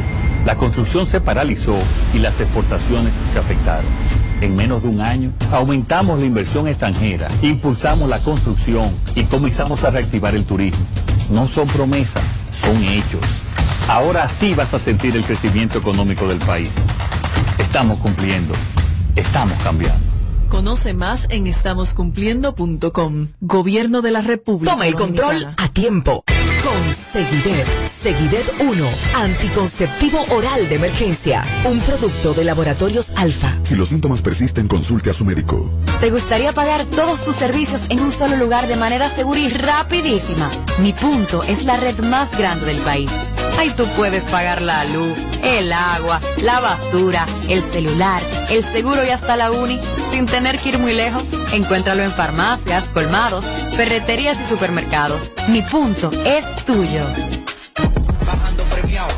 Speaker 2: la construcción se paralizó y las exportaciones se afectaron. En menos de un año, aumentamos la inversión extranjera, impulsamos la construcción y comenzamos a reactivar el turismo. No son promesas, son hechos. Ahora sí vas a sentir el crecimiento económico del país. Estamos cumpliendo, estamos cambiando.
Speaker 1: Conoce más en estamoscumpliendo.com. Gobierno de la República.
Speaker 3: Toma el control
Speaker 1: Dominicana.
Speaker 3: a tiempo. Con Seguidet. Seguidet 1. Anticonceptivo oral de emergencia. Un producto de laboratorios alfa.
Speaker 9: Si los síntomas persisten, consulte a su médico.
Speaker 5: ¿Te gustaría pagar todos tus servicios en un solo lugar de manera segura y rapidísima? Mi punto es la red más grande del país. Ahí tú puedes pagar la luz, el agua, la basura, el celular, el seguro y hasta la uni sin tener que ir muy lejos. Encuéntralo en farmacias, colmados, ferreterías y supermercados. Mi punto es tuyo.
Speaker 25: Bajando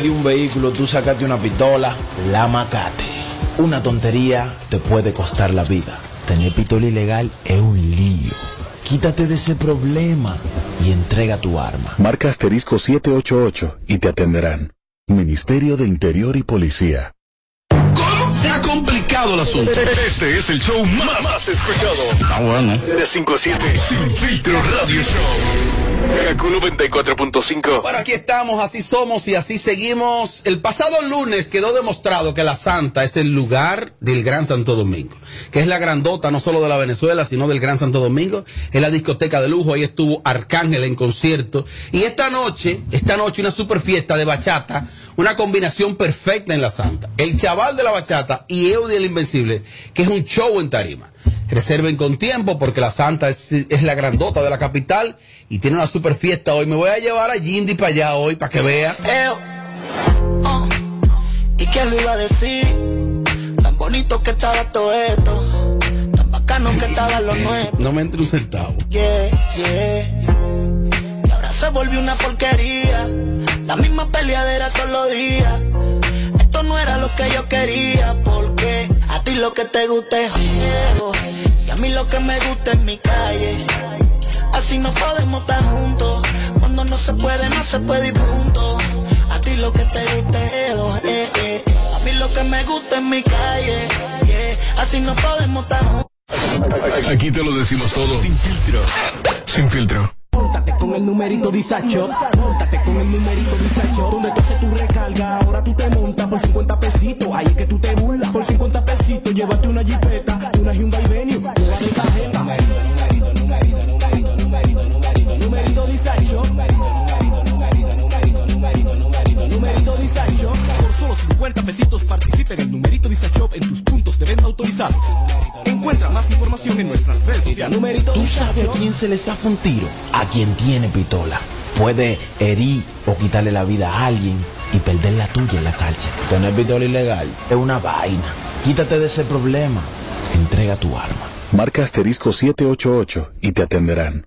Speaker 6: de un vehículo tú sacaste una pistola, la macate. Una tontería te puede costar la vida. Tener pistola ilegal es un lío. Quítate de ese problema y entrega tu arma.
Speaker 9: Marca asterisco 788 y te atenderán. Ministerio de Interior y Policía.
Speaker 7: ¿Cómo? Se ha complicado el asunto.
Speaker 14: Este es el show más, más escuchado.
Speaker 6: Ah, bueno.
Speaker 14: De 5 a 7. Sin filtro radio show. Kaku 94.5.
Speaker 7: Bueno, aquí estamos, así somos y así seguimos. El pasado lunes quedó demostrado que la Santa es el lugar del Gran Santo Domingo, que es la grandota no solo de la Venezuela, sino del Gran Santo Domingo. Es la discoteca de lujo, ahí estuvo Arcángel en concierto. Y esta noche, esta noche una super fiesta de bachata, una combinación perfecta en la Santa. El chaval de la bachata y Eudy el Invencible, que es un show en tarima. Reserven con tiempo porque la Santa es, es la grandota de la capital y tiene una super fiesta hoy. Me voy a llevar a Jindy para allá hoy para que vea.
Speaker 9: uh.
Speaker 26: ¿Y quién lo iba a decir? Tan bonito que estaba todo esto. Tan bacano que estaba lo nuestro.
Speaker 7: No me entre un centavo.
Speaker 26: Yeah, yeah. Y ahora se volvió una porquería. La misma peleadera todos los días. Esto no era lo que yo quería. Porque a ti lo que te gusta es juego. Y a mí lo que me gusta es mi calle. Así no podemos estar juntos. Cuando no se puede, no se puede y punto. A ti lo que te gusta es Edo, eh, eh. A mí lo que me gusta es mi calle. yeah. Así no podemos estar juntos.
Speaker 14: Aquí te lo decimos todo. Sin filtro. Sin filtro.
Speaker 25: Móntate con el numerito disacho. Móntate con el numerito disacho. Donde tú haces tu recarga, ahora tú te montas por 50 pesitos. Ahí es que tú te burlas por 50 pesitos. Llévate una jipeta, una Hyundai Venue, llévate esta jeta. Numerito, numerito, numerito, numerito, numerito, numerito disacho. Numerito Disacho. Por solo 50 pesitos participa en el numerito Disacho en tus puntos de venta autorizados. Encuentra más información en nuestras redes sociales. Numerito
Speaker 6: ¿Tú sabes a quién se le zafa un tiro? A quien tiene pistola. Puede herir o quitarle la vida a alguien y perder la tuya en la cárcel. Tener pistola ilegal es una vaina. Quítate de ese problema. Entrega tu arma.
Speaker 9: Marca asterisco 788 y te atenderán.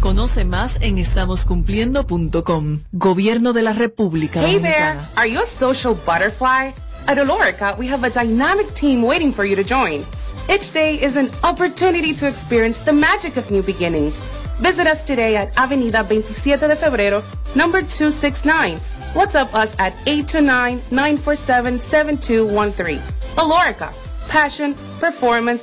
Speaker 1: Conoce más en estamoscumpliendo.com. Gobierno de la República
Speaker 27: Hey
Speaker 1: Dominicana.
Speaker 27: there! Are you a social butterfly? At Olorica, we have a dynamic team waiting for you to join. Each day is an opportunity to experience the magic of new beginnings. Visit us today at Avenida 27 de Febrero, number 269. WhatsApp us at 829-947-7213. Olorica, passion, performance,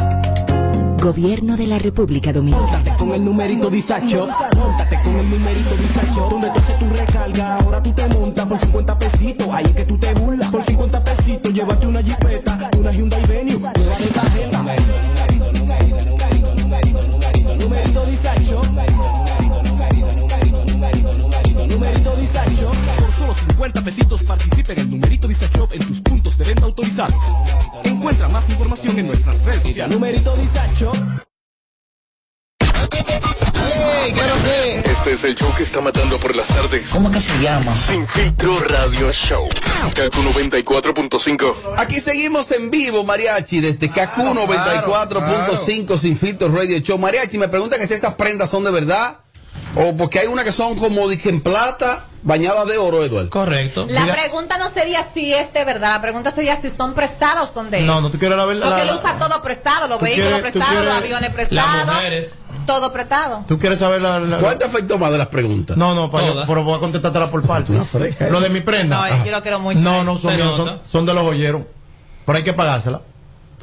Speaker 22: Gobierno de la República Dominicana.
Speaker 4: Con el numerito disacho, montate con el numerito disacho. Donde tú haces tu recarga, ahora tú te montas por 50 pesitos. Ahí es que tú te burlas por 50 pesitos. Llévate una jipeta, una Hyundai Venue, una de tarjeta. Numerito, numerito, numerito, numerito, numerito, numerito disacho. Numerito disacho. Por solo 50 pesitos participa en el numerito disacho en tus puntos de venta autorizados. Encuentra más información en nuestras redes sociales. Numerito disacho.
Speaker 14: Este es el show que está matando por las tardes.
Speaker 28: ¿Cómo que se llama?
Speaker 14: Sin filtro radio show. KQ 94.5.
Speaker 7: Aquí seguimos en vivo, Mariachi, desde KQ 94.5 Sin Filtro Radio Show. Mariachi, me preguntan que si estas prendas son de verdad o porque hay unas que son como dije en plata, bañada de oro, Eduardo.
Speaker 10: Correcto.
Speaker 8: La pregunta no sería si es de verdad, la pregunta sería si son prestados o son de él.
Speaker 10: No, no, tú quieres la verdad.
Speaker 8: Porque
Speaker 10: la-
Speaker 8: él usa todo prestado, los
Speaker 10: tú
Speaker 8: vehículos
Speaker 10: quieres- tú
Speaker 8: prestados, los
Speaker 10: quieres-
Speaker 8: aviones
Speaker 10: Las
Speaker 8: prestados,
Speaker 10: mujeres.
Speaker 8: todo prestado.
Speaker 10: ¿Tú quieres saber la, la-
Speaker 7: ¿Cuál te afectó más de las preguntas? eh.
Speaker 10: No, no, pa- yo- pero voy a contestártela por falso. Lo de mi prenda.
Speaker 8: No,
Speaker 10: Ajá.
Speaker 8: yo lo quiero mucho.
Speaker 10: No, no, son,
Speaker 8: Se
Speaker 10: míos, son,
Speaker 8: nota.
Speaker 10: son de los joyeros. Pero hay que pagársela.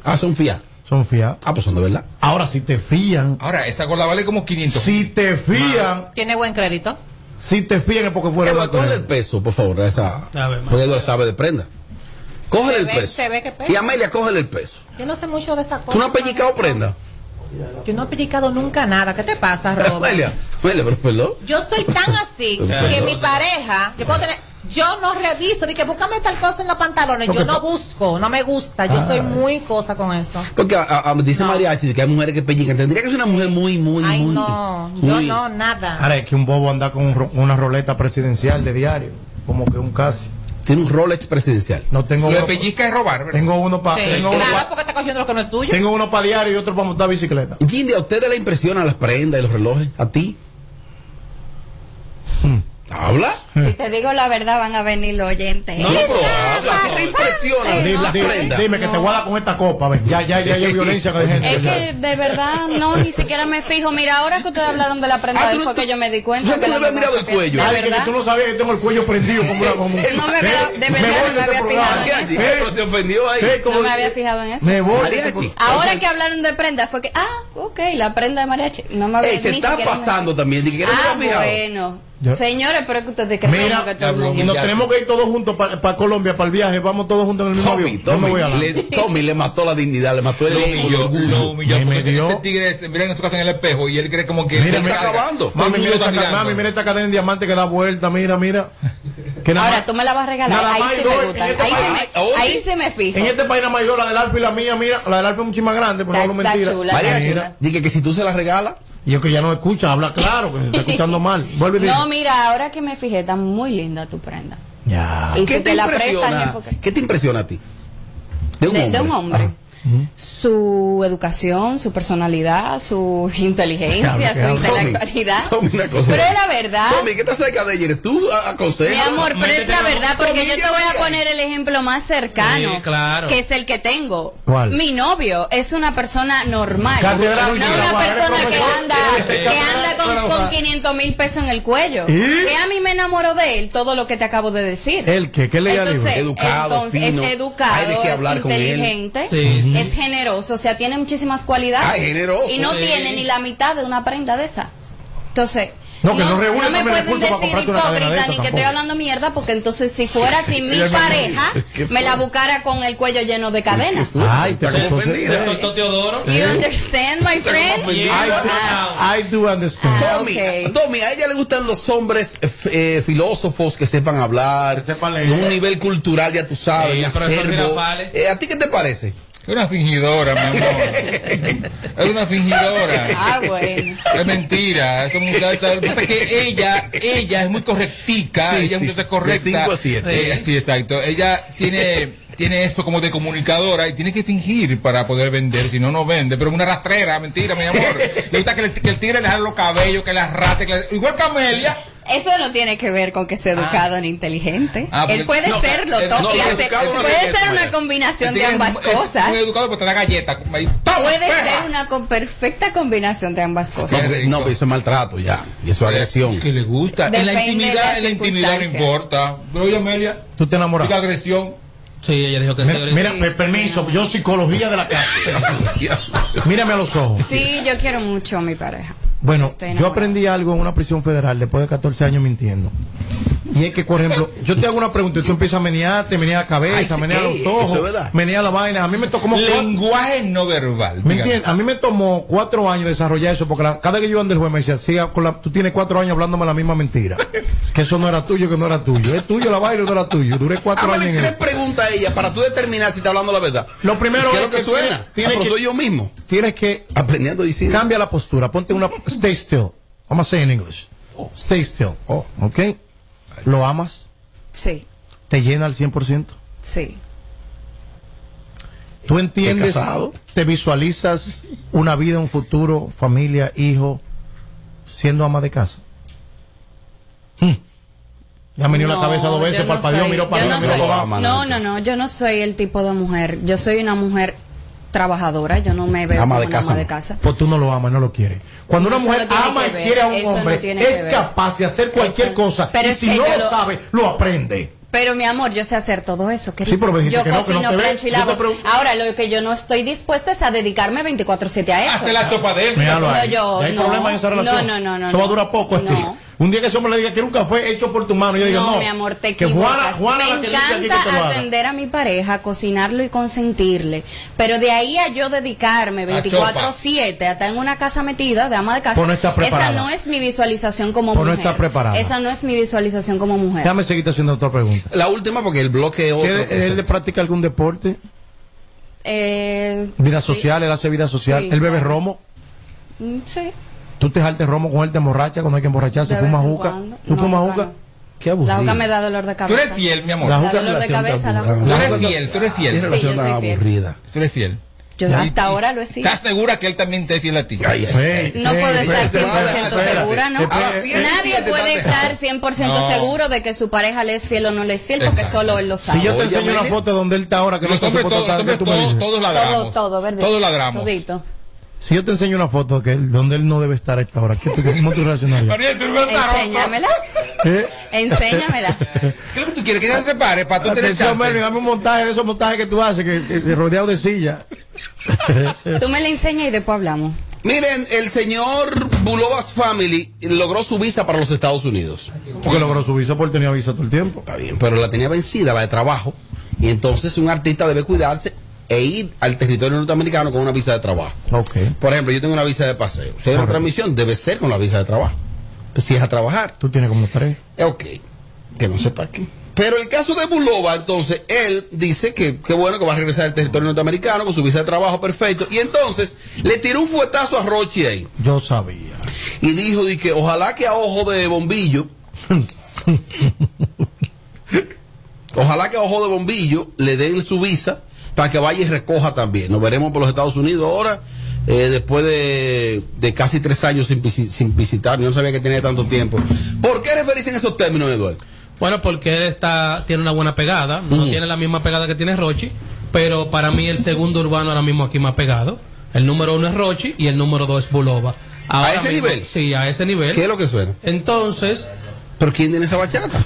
Speaker 7: Ah, son fiadas.
Speaker 10: Son fiadas.
Speaker 7: Ah, pues son de verdad.
Speaker 10: Ahora, si te fían.
Speaker 15: Ahora, esa gorra vale como 500.
Speaker 10: Si te fían.
Speaker 8: Tiene buen crédito.
Speaker 10: Si te fían es porque fuera
Speaker 7: Eduardo, cógele el peso, por favor, a esa. Porque Eduardo sabe de prenda. Cógele
Speaker 8: Se
Speaker 7: el
Speaker 8: ve-
Speaker 7: peso.
Speaker 8: se ve que pesa.
Speaker 7: Y Amelia, cógele el peso.
Speaker 8: Yo no sé mucho de esa cosa.
Speaker 7: ¿Tú no has pellicado prenda?
Speaker 8: Yo no he pellizcado nunca nada. ¿Qué te pasa, Robert?
Speaker 7: Amelia, Amelia, pero perdón.
Speaker 8: Yo soy tan así que mi pareja, yo puedo tener, yo no reviso, de que búscame tal cosa en los pantalones, yo no busco, no me gusta, yo soy muy cosa con eso.
Speaker 7: Porque a- a- a- dice Mariachi que hay mujeres que pellican. Tendría que ser una mujer muy, muy,
Speaker 8: Ay,
Speaker 7: muy.
Speaker 8: no, yo
Speaker 7: muy-
Speaker 8: no, nada.
Speaker 10: Ahora, es que un bobo anda con un ro- una roleta presidencial de diario. Como que un casi.
Speaker 7: Tiene un Rolex presidencial.
Speaker 10: No tengo
Speaker 15: Lo de
Speaker 10: uno-
Speaker 15: pellizca es robar, ¿verdad?
Speaker 10: Tengo uno para
Speaker 8: Sí,
Speaker 10: tengo uno
Speaker 8: claro,
Speaker 10: pa-
Speaker 8: porque está cogiendo lo que no es tuyo.
Speaker 10: tengo uno pa diario y otro para montar bicicleta.
Speaker 7: Jindy, ¿a ustedes le impresionan las prendas y los relojes? ¿A ti?
Speaker 10: Hmm.
Speaker 7: ¿Habla?
Speaker 13: Si te digo la verdad, van a venir los oyentes.
Speaker 7: No, no, pero habla. ¿Qué te impresiona
Speaker 10: Dime,
Speaker 7: ah, las
Speaker 10: dime,
Speaker 7: prendas?
Speaker 10: dime que te guarda con esta copa. Ven. Ya, ya, ya, ya hay violencia con gente.
Speaker 13: Es que de verdad no, ni siquiera me fijo. Mira, ahora que ustedes hablaron de la prenda,
Speaker 10: Ah, tú no-
Speaker 13: fue que yo me di cuenta.
Speaker 10: Yo
Speaker 13: que la
Speaker 10: había
Speaker 13: mamá
Speaker 10: mirado el
Speaker 13: sabía.
Speaker 10: cuello.
Speaker 13: De
Speaker 10: Ay, que, que
Speaker 13: verdad.
Speaker 10: tú no sabías que tengo el cuello prendido como una como
Speaker 13: No me había- de verdad, no me
Speaker 10: este
Speaker 13: había fijado en eso.
Speaker 10: Eh,
Speaker 7: Pero te ofendió ahí.
Speaker 10: eh, como-
Speaker 13: No me había fijado en eso.
Speaker 10: Me voy.
Speaker 13: Ahora que hablaron de prenda, fue que, ah, ok, la prenda de mariachi. No me había
Speaker 7: Ey, se
Speaker 13: ni
Speaker 7: está
Speaker 13: siquiera me-
Speaker 7: pasando también. Dije que no
Speaker 13: Ah,
Speaker 7: me había fijado.
Speaker 13: bueno.
Speaker 10: Yo-
Speaker 13: Señores, pero es que ustedes creen
Speaker 10: Mira,
Speaker 13: que todo el
Speaker 10: y
Speaker 13: mundo-
Speaker 10: nos tenemos que ir todos juntos para Colombia, para el viaje. Vamos todos juntos en el mismo
Speaker 7: Tommy,
Speaker 10: avión. Yo me
Speaker 7: Tommy,
Speaker 10: voy a la-
Speaker 7: le, Tommy le mató la dignidad, le mató el
Speaker 15: Lo
Speaker 7: ego, el
Speaker 15: humilló,
Speaker 7: orgullo.
Speaker 15: lo humilló. Porque ese- ese tigre se mira en su casa en el espejo y él cree como que.
Speaker 10: Mira,
Speaker 15: que
Speaker 10: mira,
Speaker 15: carga. Todo el
Speaker 10: Mami, mira esta,
Speaker 15: mundo está
Speaker 10: ca-
Speaker 15: mirando.
Speaker 10: mami, mira esta cadena en diamante que da vuelta. Mira, mira. Que nada
Speaker 13: Ahora
Speaker 10: más-
Speaker 13: tú me la vas a regalar.
Speaker 10: Nada
Speaker 13: Ahí
Speaker 10: más
Speaker 13: sí
Speaker 10: hay
Speaker 13: me
Speaker 10: dos,
Speaker 13: gustan.
Speaker 10: en este
Speaker 13: Ahí
Speaker 10: país-
Speaker 13: se me-
Speaker 10: Ay, oye.
Speaker 13: ahí se me fijo.
Speaker 10: En este país nada más hay dos, la del alfa y la mía. Mira, la del alfa es mucho más grande, pero
Speaker 13: Está-
Speaker 10: no lo
Speaker 13: está
Speaker 10: mentira.
Speaker 13: chula, está
Speaker 10: Mira,
Speaker 13: chula.
Speaker 7: Dije que si tú se la regalas.
Speaker 10: Yo que ya no escucha, habla claro, que se está escuchando mal. Vuelve y dice.
Speaker 13: No, mira, ahora que me fijé, está muy linda tu prenda. Y
Speaker 7: ¿Qué
Speaker 13: si
Speaker 7: te
Speaker 13: te la prestan es
Speaker 7: impresiona?
Speaker 13: porque-
Speaker 7: ¿Qué te impresiona a ti? De un
Speaker 13: De-
Speaker 7: hombre.
Speaker 13: de un hombre.
Speaker 7: Ajá.
Speaker 13: su educación, su personalidad, su
Speaker 7: Habla
Speaker 13: inteligencia,
Speaker 7: que
Speaker 13: su
Speaker 7: habla. Tommy,
Speaker 13: intelectualidad.
Speaker 7: Tommy, una cosa.
Speaker 13: Pero es la verdad.
Speaker 7: Tommy, ¿qué está cerca de ayer? Tú a- aconsejas.
Speaker 13: Mi amor, pero es la verdad, porque
Speaker 7: Tommy,
Speaker 13: yo
Speaker 7: ¿qué
Speaker 13: te voy
Speaker 7: hay
Speaker 13: a
Speaker 7: ahí?
Speaker 13: poner el ejemplo más cercano,
Speaker 7: Sí, claro.
Speaker 13: que es el que tengo.
Speaker 7: ¿Cuál?
Speaker 13: Mi novio es una persona normal, no
Speaker 7: Catedrático.
Speaker 13: una
Speaker 7: Ahora eres
Speaker 13: persona que
Speaker 7: profesor.
Speaker 13: anda,
Speaker 7: Este
Speaker 13: que anda
Speaker 7: catedrático.
Speaker 13: con, con 500 mil pesos en el cuello.
Speaker 10: ¿Y?
Speaker 13: Que a mí me enamoro de él, todo lo que te acabo de decir.
Speaker 10: ¿El qué? ¿Qué le da el libro?
Speaker 13: Entonces,
Speaker 10: Educado,
Speaker 13: entonces,
Speaker 10: fino.
Speaker 13: es educado,
Speaker 10: Hay de qué hablar
Speaker 13: es
Speaker 10: con él.
Speaker 13: inteligente,
Speaker 10: Sí.
Speaker 13: es generoso, o sea, tiene muchísimas cualidades.
Speaker 10: Ah, generoso.
Speaker 13: Y no
Speaker 10: Sí.
Speaker 13: tiene ni la mitad de una prenda de esa. Entonces,
Speaker 10: No, que no reúne
Speaker 13: me
Speaker 10: también la
Speaker 13: pueden
Speaker 10: culpa para
Speaker 13: decir
Speaker 10: comprarte una cadena de
Speaker 13: hipócrita
Speaker 10: esas
Speaker 13: ni que estoy
Speaker 10: tampoco.
Speaker 13: hablando mierda, porque entonces si fuera así mi
Speaker 10: Ella me-
Speaker 13: pareja,
Speaker 10: Qué
Speaker 13: me la buscara con el cuello lleno de cadenas.
Speaker 10: Ay, te ofendida.
Speaker 11: Eh.
Speaker 13: You understand, my friend?
Speaker 7: ofendida.
Speaker 13: Ah,
Speaker 10: I do understand.
Speaker 7: Tommy, Tommy, a ella le gustan los hombres eh, filósofos que sepan hablar, de un nivel cultural, ya tú sabes,
Speaker 15: Sí,
Speaker 7: de
Speaker 15: el profesor
Speaker 7: acervo.
Speaker 15: Girafales.
Speaker 7: Eh, ¿A ti qué te parece?
Speaker 15: Una fingidora, mi amor. Es una fingidora.
Speaker 13: Ah, bueno.
Speaker 15: Es mentira. Esa muchacha, lo que pasa es que ella, ella es muy correctica.
Speaker 7: Sí,
Speaker 15: ella es
Speaker 7: sí,
Speaker 15: muy
Speaker 7: sí. De
Speaker 15: correcta.
Speaker 7: cinco a siete.
Speaker 15: Eh, sí, exacto. Ella tiene, tiene eso como de comunicadora y tiene que fingir para poder vender. Si no, no vende. Pero es una rastrera, mentira, mi amor. Le gusta que, el- que el tigre le jale los cabellos, que las rate. Que le- Igual que Amelia.
Speaker 13: Eso no tiene que ver con que sea educado ni inteligente.
Speaker 15: Ah, porque-
Speaker 13: Él puede
Speaker 15: no,
Speaker 13: serlo,
Speaker 15: eh,
Speaker 13: Tommy.
Speaker 15: no,
Speaker 13: hace-
Speaker 15: educado no
Speaker 13: puede
Speaker 15: hace
Speaker 13: ser
Speaker 15: eso,
Speaker 13: una
Speaker 15: Maya.
Speaker 13: combinación de
Speaker 15: El tigre
Speaker 13: ambas
Speaker 15: es-
Speaker 13: cosas.
Speaker 15: Es muy educado porque te da galletas.
Speaker 13: Puede
Speaker 15: perra! pues,
Speaker 13: ser una co- perfecta combinación de ambas
Speaker 7: No,
Speaker 13: cosas.
Speaker 7: porque- no, pero eso es maltrato ya, y eso es agresión.
Speaker 15: Que le gusta. En la
Speaker 13: Depende de
Speaker 15: intimidad,
Speaker 13: las
Speaker 15: en la intimidad no
Speaker 13: circunstancias.
Speaker 15: importa. Pero oye, Amelia.
Speaker 10: ¿Tú te enamoraste?
Speaker 15: Diga agresión.
Speaker 11: Sí, ella dijo que
Speaker 10: Mira, mira, pe- permiso, yo psicología de la casa. Mírame a los ojos.
Speaker 13: Sí, yo quiero mucho a mi pareja.
Speaker 10: Bueno,
Speaker 13: Estoy
Speaker 10: yo
Speaker 13: enamorada.
Speaker 10: aprendí algo en una prisión federal después de 14 años mintiendo. Y es que, por ejemplo, yo te hago una pregunta y tú empiezas a menearte, menear la
Speaker 15: Ay,
Speaker 10: cabeza,
Speaker 15: sí,
Speaker 10: menear
Speaker 15: ey,
Speaker 10: los
Speaker 15: eso es
Speaker 10: ojos,
Speaker 15: verdad.
Speaker 10: menear la vaina. A mí me tocó como
Speaker 15: Lenguaje no verbal.
Speaker 10: ¿Me entiendes? A mí me tomó cuatro años desarrollar eso, porque la- cada vez que yo iba ante el juez me decía, "Sí, con la- tú tienes cuatro años hablándome la misma mentira. Que eso no era tuyo, que no era tuyo. Es tuyo la vaina, no era tuyo. Duré
Speaker 15: Ah,
Speaker 10: cuatro años
Speaker 7: Háblale
Speaker 10: en
Speaker 7: tres
Speaker 10: eso.
Speaker 7: preguntas a ella para tú determinar si está hablando la verdad.
Speaker 10: Lo primero
Speaker 7: ¿Qué
Speaker 10: es
Speaker 7: lo que,
Speaker 10: que
Speaker 7: suena.
Speaker 10: tiene-
Speaker 7: Ah,
Speaker 10: tiene
Speaker 7: pero
Speaker 10: que-
Speaker 7: soy yo mismo.
Speaker 10: Tienes que
Speaker 7: aprendiendo diciendo.
Speaker 10: Cambia la postura, ponte una stay still. Vamos a say en inglés.
Speaker 7: Oh.
Speaker 10: Stay still. Oh, ¿Ok? ¿Lo amas?
Speaker 13: Sí,
Speaker 10: ¿Te llena al 100%?
Speaker 13: sí.
Speaker 10: ¿Tú entiendes?
Speaker 7: casado?
Speaker 10: ¿Te visualizas una vida, un futuro, familia, hijo, siendo ama de casa? Hmm. Ya me dio la
Speaker 13: No,
Speaker 10: cabeza dos veces,
Speaker 13: yo no
Speaker 10: parpadeó,
Speaker 13: soy-
Speaker 10: miró para
Speaker 13: yo
Speaker 10: arriba,
Speaker 13: no
Speaker 10: miró
Speaker 13: soy-
Speaker 10: para abajo.
Speaker 13: No, no, no, yo no soy el tipo de mujer. Yo soy una mujer trabajadora, yo no me veo
Speaker 10: Ama
Speaker 13: como
Speaker 10: de
Speaker 13: una
Speaker 10: casa,
Speaker 13: ama de
Speaker 10: no.
Speaker 13: casa.
Speaker 10: Pues tú no lo amas, no lo quieres. Cuando una
Speaker 13: Eso
Speaker 10: mujer
Speaker 13: no tiene
Speaker 10: ama
Speaker 13: que
Speaker 10: y
Speaker 13: ver,
Speaker 10: quiere a un
Speaker 13: eso no
Speaker 10: hombre,
Speaker 13: tiene que
Speaker 10: es
Speaker 13: ver.
Speaker 10: capaz de hacer cualquier cosa.
Speaker 13: Pero
Speaker 10: y
Speaker 13: es
Speaker 10: si
Speaker 13: que
Speaker 10: no
Speaker 13: yo
Speaker 10: lo
Speaker 13: lo-
Speaker 10: sabe, lo aprende.
Speaker 13: Pero mi amor, yo sé hacer todo eso. querido.
Speaker 10: Sí, pero me dijiste
Speaker 13: yo
Speaker 10: que no, que
Speaker 13: cocino,
Speaker 10: no te ve.
Speaker 13: plancho y
Speaker 10: Yo te
Speaker 13: lavo.
Speaker 10: pregun-
Speaker 13: Ahora, lo que yo no estoy dispuesta es a dedicarme 24/7 a eso.
Speaker 15: Hazte la chopa de él.
Speaker 10: Míralo ahí.
Speaker 13: No, yo-
Speaker 10: Ya hay
Speaker 13: no.
Speaker 10: problemas en esa relación.
Speaker 13: No, no, no, no,
Speaker 10: Eso va a
Speaker 13: no.
Speaker 10: durar poco. Un día que ese hombre le diga, quiero un café hecho por tu mano. Yo digo,
Speaker 13: no,
Speaker 10: no.
Speaker 13: mi amor, te
Speaker 10: que Juana,
Speaker 13: equivocas.
Speaker 10: Juana la
Speaker 13: Me
Speaker 10: que limpia aquí que te lo
Speaker 13: encanta
Speaker 10: haga.
Speaker 13: atender a mi pareja, cocinarlo y consentirle. Pero de ahí a yo dedicarme
Speaker 10: A
Speaker 13: 24-7 a estar en una casa metida de ama de casa.
Speaker 10: Pues no estás preparada.
Speaker 13: Esa no es mi visualización como
Speaker 10: Pues no
Speaker 13: mujer.
Speaker 10: estás preparada.
Speaker 13: Esa no es mi visualización como mujer.
Speaker 10: Déjame seguirte haciendo otra pregunta.
Speaker 7: La última porque el bloque es
Speaker 10: ¿Qué-
Speaker 7: otro.
Speaker 10: ¿Él le practica algún deporte?
Speaker 13: Eh,
Speaker 10: ¿Vida social? ¿Él hace vida social?
Speaker 13: Sí,
Speaker 10: ¿Él bebe
Speaker 13: claro.
Speaker 10: romo?
Speaker 13: mm, sí.
Speaker 10: ¿Tú te jaltes romo con él? ¿Te emborrachas cuando hay que emborracharse?
Speaker 13: De
Speaker 10: ¿Fumas
Speaker 13: vez en
Speaker 10: juca?
Speaker 13: cuando.
Speaker 10: ¿Tú
Speaker 13: No,
Speaker 10: fumas
Speaker 13: juca
Speaker 10: juca?
Speaker 13: no.
Speaker 7: Qué
Speaker 13: La hoja me da dolor de cabeza.
Speaker 15: eres fiel, mi amor.
Speaker 13: La
Speaker 15: La
Speaker 13: hoja
Speaker 15: juca
Speaker 13: dolor de
Speaker 15: relación
Speaker 13: cabeza. la
Speaker 15: Tú
Speaker 13: juca.
Speaker 15: eres fiel, tú eres fiel.
Speaker 13: Tiene relación Sí, yo tan soy fiel.
Speaker 7: aburrida.
Speaker 15: Tú eres fiel.
Speaker 13: Yo
Speaker 15: Ya.
Speaker 13: hasta ahora lo he sido.
Speaker 15: ¿Estás segura que él también te es fiel a ti?
Speaker 13: No puedo estar 100% segura, ¿no?
Speaker 15: Ah,
Speaker 13: Nadie puede estar 100%
Speaker 15: No.
Speaker 13: seguro de que su pareja le es fiel o no le es fiel, porque
Speaker 15: Exacto.
Speaker 13: solo él lo sabe.
Speaker 10: Si yo te enseño una foto donde él está ahora que no
Speaker 15: Los
Speaker 10: está
Speaker 15: hombres
Speaker 10: supuesto
Speaker 15: todos-
Speaker 10: estar, ¿qué tú me
Speaker 15: los hombres
Speaker 10: dices?
Speaker 15: todos- todos
Speaker 13: todo,
Speaker 15: ladramos.
Speaker 13: todo, ¿verdad?
Speaker 15: Todos ladramos.
Speaker 13: Todito.
Speaker 10: Si yo te enseño una foto que él- donde él no debe estar a esta hora, ¿qué tú- ¿cómo tú reaccionarías?
Speaker 13: Enséñamela,
Speaker 10: ¿Eh?
Speaker 13: enséñamela.
Speaker 15: ¿Qué es lo que tú quieres? Que ella se separe para tú tener
Speaker 10: Atención,
Speaker 15: chance.
Speaker 10: Melvin, dame un montaje de esos montajes que tú haces, que, que- que rodeado de silla.
Speaker 13: Tú me la enseñas y después hablamos.
Speaker 7: Miren, el señor Bulovas Family logró su visa para los Estados Unidos.
Speaker 10: Porque logró su visa porque tenía visa todo el tiempo.
Speaker 7: Está bien, pero la tenía vencida, la de trabajo. Y entonces un artista debe cuidarse e ir al territorio norteamericano con una visa de trabajo.
Speaker 10: Ok.
Speaker 7: Por ejemplo, yo tengo una visa de paseo. Si hay una transmisión, debe ser con la visa de trabajo. Pues si es a trabajar.
Speaker 10: Tú tienes como tres.
Speaker 7: Eh, Ok, que no sepa qué. Pero el caso de Bulova, entonces, él dice que qué bueno que va a regresar al territorio norteamericano con su visa de trabajo perfecto. Y entonces le tiró un fuetazo a Rochi ahí.
Speaker 10: Yo sabía.
Speaker 7: Y dijo di que ojalá que a ojo de bombillo. ojalá que a ojo de bombillo le den su visa para que vaya y recoja también. Nos veremos por los Estados Unidos ahora. eh, después de, de casi tres años sin, visi- sin visitar, yo no sabía que tenía tanto tiempo. ¿Por qué referirse en esos términos, Eduardo?
Speaker 11: Bueno, porque él está, tiene una buena pegada, no
Speaker 7: Mm.
Speaker 11: tiene la misma pegada que tiene Rochi, pero para mí el segundo urbano ahora mismo aquí más pegado. El número uno es Rochi y el número dos es Bulova. ¿A
Speaker 7: ese nivel?
Speaker 11: Sí, a ese nivel.
Speaker 7: ¿Qué es lo que suena?
Speaker 11: Entonces...
Speaker 7: ¿Pero quién tiene esa bachata?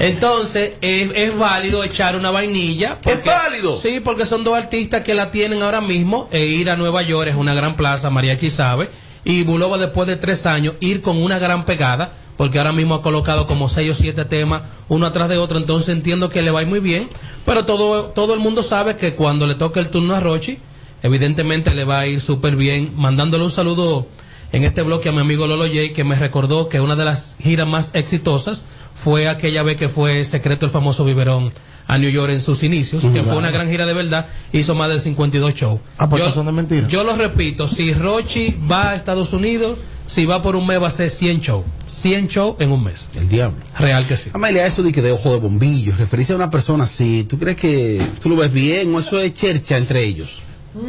Speaker 11: Entonces, es, es válido echar una vainilla. ¿Es válido? Sí, porque son dos artistas que la tienen ahora mismo. E ir a Nueva York es una gran plaza, Mariachi sabe. Y Bulova, después de tres años, ir con una gran pegada. Porque ahora mismo ha colocado como seis o siete temas, uno atrás de otro. Entonces entiendo que le va a ir muy bien. Pero todo, todo el mundo sabe que cuando le toque el turno a Rochi, evidentemente le va a ir súper bien. Mandándole un saludo en este bloque a mi amigo Lolo J, que me recordó que una de las giras más exitosas fue aquella vez que fue Secreto el famoso Biberón a New York en sus inicios, que fue una gran gira de verdad, hizo más de 52 shows.
Speaker 10: Ah, pues
Speaker 11: Yo-
Speaker 10: estas son de mentira.
Speaker 11: yo lo repito, si Rochi va a Estados Unidos, si va por un mes va a ser 100 shows. 100 shows en un mes.
Speaker 7: El diablo.
Speaker 11: Real que sí.
Speaker 7: Amelia, eso de que de ojo de bombillo, referirse a una persona así, ¿tú crees que tú lo ves bien o eso es chercha entre ellos?